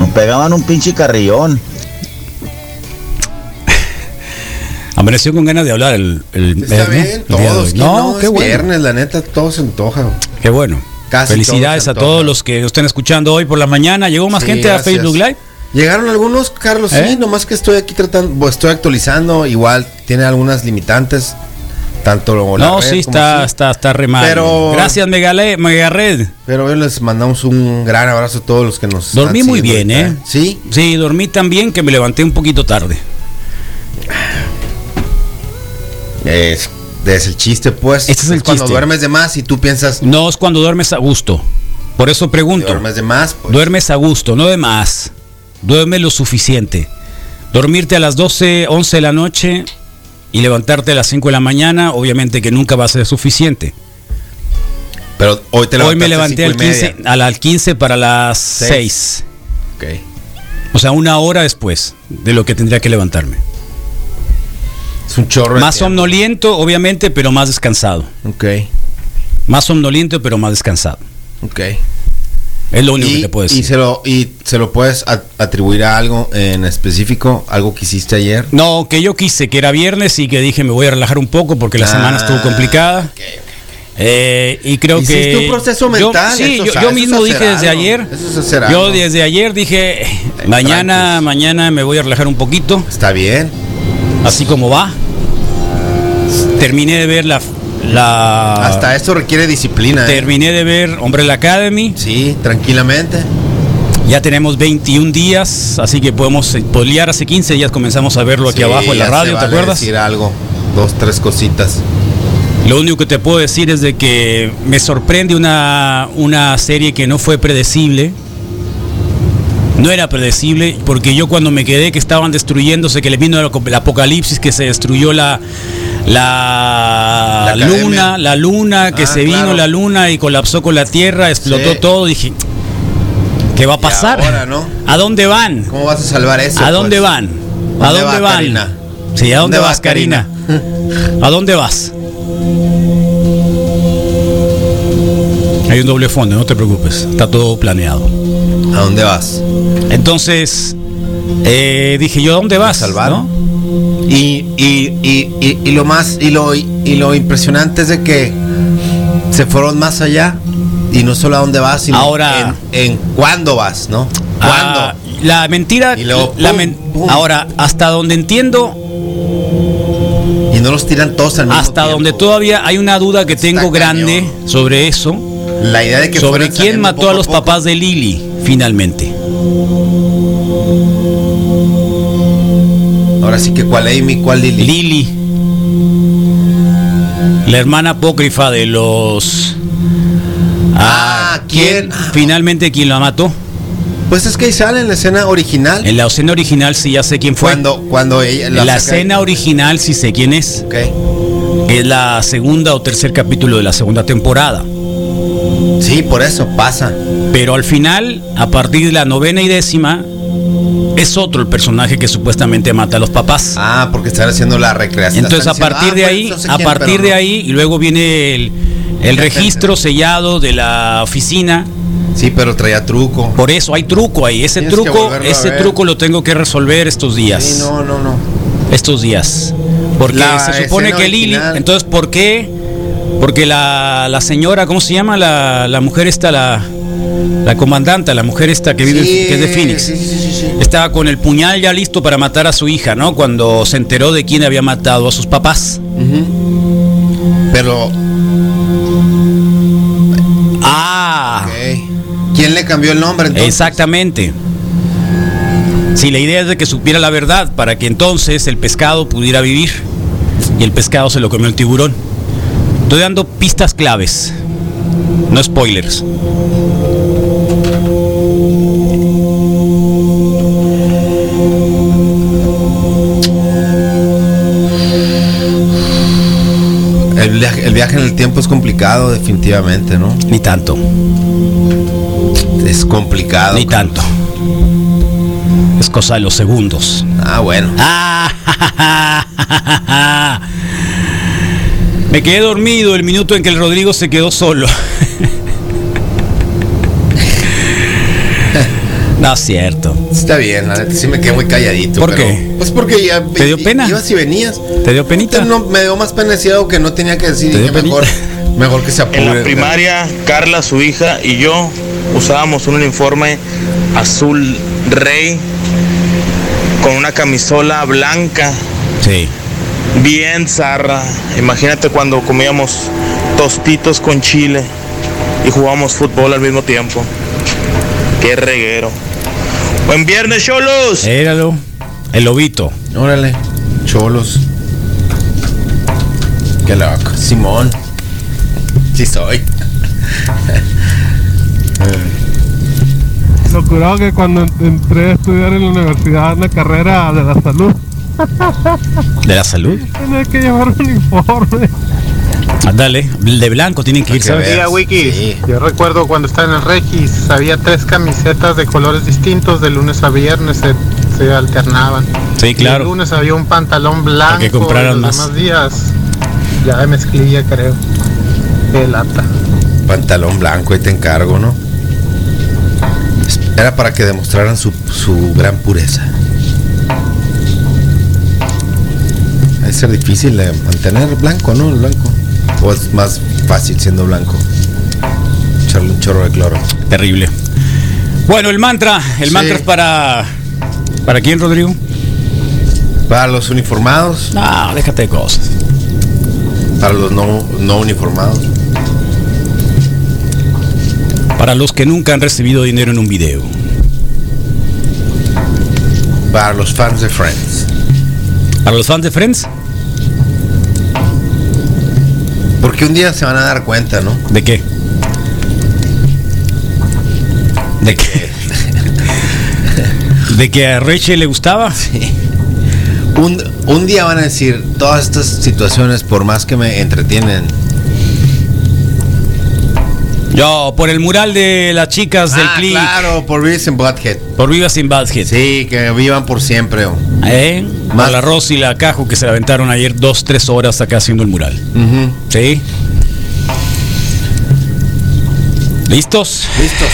Nos pegaban un pinche carrillón.
Amaneció con ganas de hablar el, el-
Está
el- ¿no?
bien,
¿eh? el día de hoy.
todos. ¿quién
No, qué
es
bueno.
viernes, la neta, todo se antoja.
Qué bueno.
Casi
Felicidades
todo se
a todos
antoja.
los que están escuchando hoy por la mañana. Llegó más
Sí,
gente
gracias.
a Facebook Live.
Llegaron algunos, Carlos,
¿Eh?
sí, nomás que estoy aquí tratando, bueno, estoy actualizando, igual tiene algunas limitantes, tanto la
no,
red
sí,
como
está,
así.
está, está re mal.
Pero-
Gracias, Megale, Mega Red.
Pero hoy les mandamos un gran abrazo a todos los que nos están
Dormí muy bien,
siguiendo
¿eh?
ahorita, Sí,
Sí, dormí tan bien que me levanté un poquito tarde.
es, es el chiste, pues.
Ese Este es el
Cuando
chiste.
duermes de más y tú piensas,
No es cuando duermes a gusto. Por eso pregunto.
duermes de más, pues.
Duermes a gusto, no de más. Duerme lo suficiente. Dormirte a las 12, 11 de la noche y levantarte a las 5 de la mañana, obviamente que nunca va a ser suficiente.
Pero hoy te
Hoy me
levantaste
levanté al
cinco y media.
15, a las 15 para las
Seis.
6.
Ok.
O sea, una hora después de lo que tendría que levantarme.
Es un chorro. de
Más
tiempo.
somnoliento, obviamente, pero más descansado.
Ok,
Más somnoliento, pero más descansado.
ok.
Es lo único
Y,
que te puedo
y
decir.
se lo, y se lo puedes at- atribuir a algo en específico, algo que hiciste ayer.
No, que yo quise, que era viernes y que dije me voy a relajar un poco porque la
Ah,
semana estuvo complicada. Eh, y creo
Hiciste
que.
un proceso
yo-
mental,
sí,
eso
yo,
sa- eso
yo
es
mismo dije
hacer
desde
algo,
ayer.
eso es hacer algo.
Yo desde ayer dije, mañana,
tranquis.
mañana me voy a relajar un poquito,
Está bien.
así como va. Terminé de ver la. la
Hasta eso requiere disciplina. ¿eh?
terminé de ver Hombre Academy.
Sí, tranquilamente.
Ya tenemos 21 días, así que podemos eh, polear hace 15 días. Comenzamos a verlo aquí
Sí,
abajo en la
ya se
radio, ¿te
vale
acuerdas?
decir algo, dos, tres cositas.
Lo único que te puedo decir es de que me sorprende una, una serie que no fue predecible. No era predecible, porque yo cuando me quedé que estaban destruyéndose, que le vino el, el apocalipsis, que se destruyó la, la,
La academia.
luna, la luna, que
Ah,
se vino
claro.
la luna y colapsó con la tierra, explotó
Sí.
todo, dije, ¿qué va a pasar?
ahora, no?
¿A dónde van?
¿Cómo vas a salvar eso?
¿A dónde
pues?
van? ¿A dónde,
va,
van?
Karina?
Sí, ¿a dónde,
¿Dónde va,
vas, Karina? ¿A dónde vas? Hay un doble fondo, no te preocupes, está todo planeado.
¿A dónde vas?
Entonces, eh, dije yo, ¿a dónde vas?
salvar?
¿No?
Y, y, y, y, y lo más y lo, y lo impresionante es de que se fueron más allá y no solo a dónde vas, sino
Ahora-
en, en cuándo vas, ¿no? ¿Cuándo?
Ah, la mentira,
Y luego,
la
pum,
men-
pum.
ahora, hasta donde entiendo,
y no los tiran todos al mismo
hasta donde todavía hay una duda que tengo grande sobre eso,
La idea de que
sobre
fueran
quién
saliendo
mató
poco
a los
poco.
papás de Lili, finalmente.
Ahora sí que cuál Amy, cuál Lily.
Lili. La hermana apócrifa de los.
Ah, ¿quién?
Finalmente, ¿quién la mató?
Pues es que ahí sale en la escena original.
En la escena original sí ya sé quién fue.
Cuando, cuando ella
En la
saca-
escena original sí sé quién es.
Ok.
Es la segunda o tercer capítulo de la segunda temporada.
Sí, por eso pasa.
Pero al final, a partir de la novena y décima, es otro el personaje que supuestamente mata a los papás.
Ah, porque están haciendo la recreación.
Entonces a
Están diciendo,
partir
ah,
de
bueno,
ahí,
no sé
a
quién,
partir
pero
de
no.
ahí, y luego viene el, el registro sellado de la oficina.
Sí, pero traía truco.
Por eso hay truco ahí. Ese
Tienes que
truco,
volverlo a
ese
ver.
truco lo tengo que resolver estos días.
Sí, no, no, no.
Estos días. Porque
La
se supone
escena
que Lili.
original.
Entonces, ¿por qué? Porque la, la señora, ¿cómo se llama? La, la mujer esta, la, la comandante, la mujer esta que vive, en-
Sí,
que es de Phoenix.
sí, sí, sí, sí.
Estaba con el puñal ya listo para matar a su hija, ¿no? Cuando se enteró de quién había matado a sus papás.
Ujú. Pero,
Ah,
ok. ¿quién le cambió el nombre entonces?
exactamente. Si la idea es de que supiera la verdad para que entonces el pescado pudiera vivir y el pescado se lo comió el tiburón. Estoy dando pistas claves, no spoilers.
El viaje, el viaje en el tiempo es complicado, definitivamente, ¿no?
Ni tanto,
Es complicado.
ni tanto. Es cosa de los segundos.
Ah, bueno.
Ah, [laughs] Me quedé dormido el minuto en que el Rodrigo se quedó solo. [laughs] no es cierto.
Está bien, la neta sí me quedé muy calladito.
¿Por
pero-
qué?
Pues porque ya.
¿Te dio
i-
pena?
Ibas y venías.
¿Te dio penita?
No, me dio más pena decir algo que no tenía que decir.
¿Te dio
Dije, mejor, mejor que se apure.
En la primaria, Carla, su hija y yo usábamos un uniforme azul rey con una camisola blanca
Sí.
bien zarra. Imagínate cuando comíamos tostitos con chile y jugábamos fútbol al mismo tiempo. Qué reguero. Buen viernes, cholos.
Éralo. El lobito.
Órale. Cholos. Qué loco. Simón. Sí soy.
Lo curado que cuando en- entré a estudiar en la universidad en la carrera de la salud,
¿De la salud?
tenía que llevar un uniforme.
Ah, Dale, de blanco tienen que ir, ¿sabes?
Mira, Wiki, yo recuerdo cuando estaba en el Regis, había tres camisetas de colores distintos, de lunes a viernes se, se alternaban.
Sí,
El
claro.
lunes había un pantalón blanco.
que compraran
y los
más.
demás días ya mezclilla, creo. Qué lata.
Pantalón blanco, ahí te encargo, ¿no? Era para que demostraran su, su gran pureza. Es ser difícil de mantener blanco, ¿no? El blanco. O es más fácil siendo blanco. Echarle un chorro de cloro.
Terrible. Bueno, el mantra, el
Sí.
mantra es para. ¿Para quién, Rodrigo?
Para los uniformados,
No, déjate de cosas.
para los no, no uniformados.
Para los que nunca han recibido dinero en un video.
Para los fans de Friends.
Para los fans de Friends.
que un día se van a dar cuenta, ¿no?
¿De qué? ¿De [laughs] qué? ¿De que a Rachel le gustaba?
Sí. Un, un día van a decir, todas estas situaciones, por más que me entretienen,
Yo, por el mural de las chicas del
Ah,
clip.
Claro, por Vivas en Badhead.
Por Vivas en Badhead.
Sí, que vivan por siempre. o.
¿Eh? Más la Rosy y la Cajo que se la aventaron ayer dos, tres horas acá haciendo el mural.
Ujú.
¿Sí? ¿Listos?
Listos.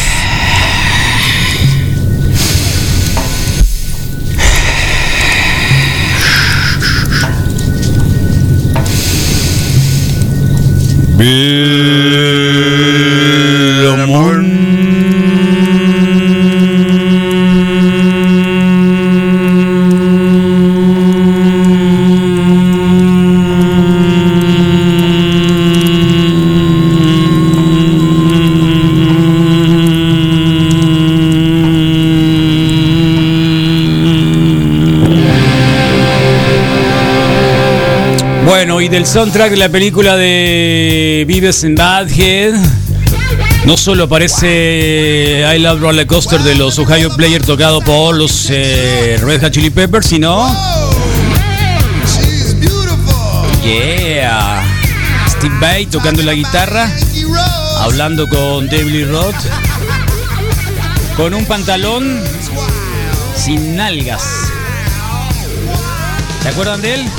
Bueno, y del soundtrack de la película de Vives en Badhead, no solo aparece I Love Roller Coaster de los Ohio Player tocado por los eh, Red Hot Chili Peppers, sino. Yeah. Steve Vai tocando la guitarra, hablando con David Lee Roth, con un pantalón sin nalgas. ¿Se acuerdan de él?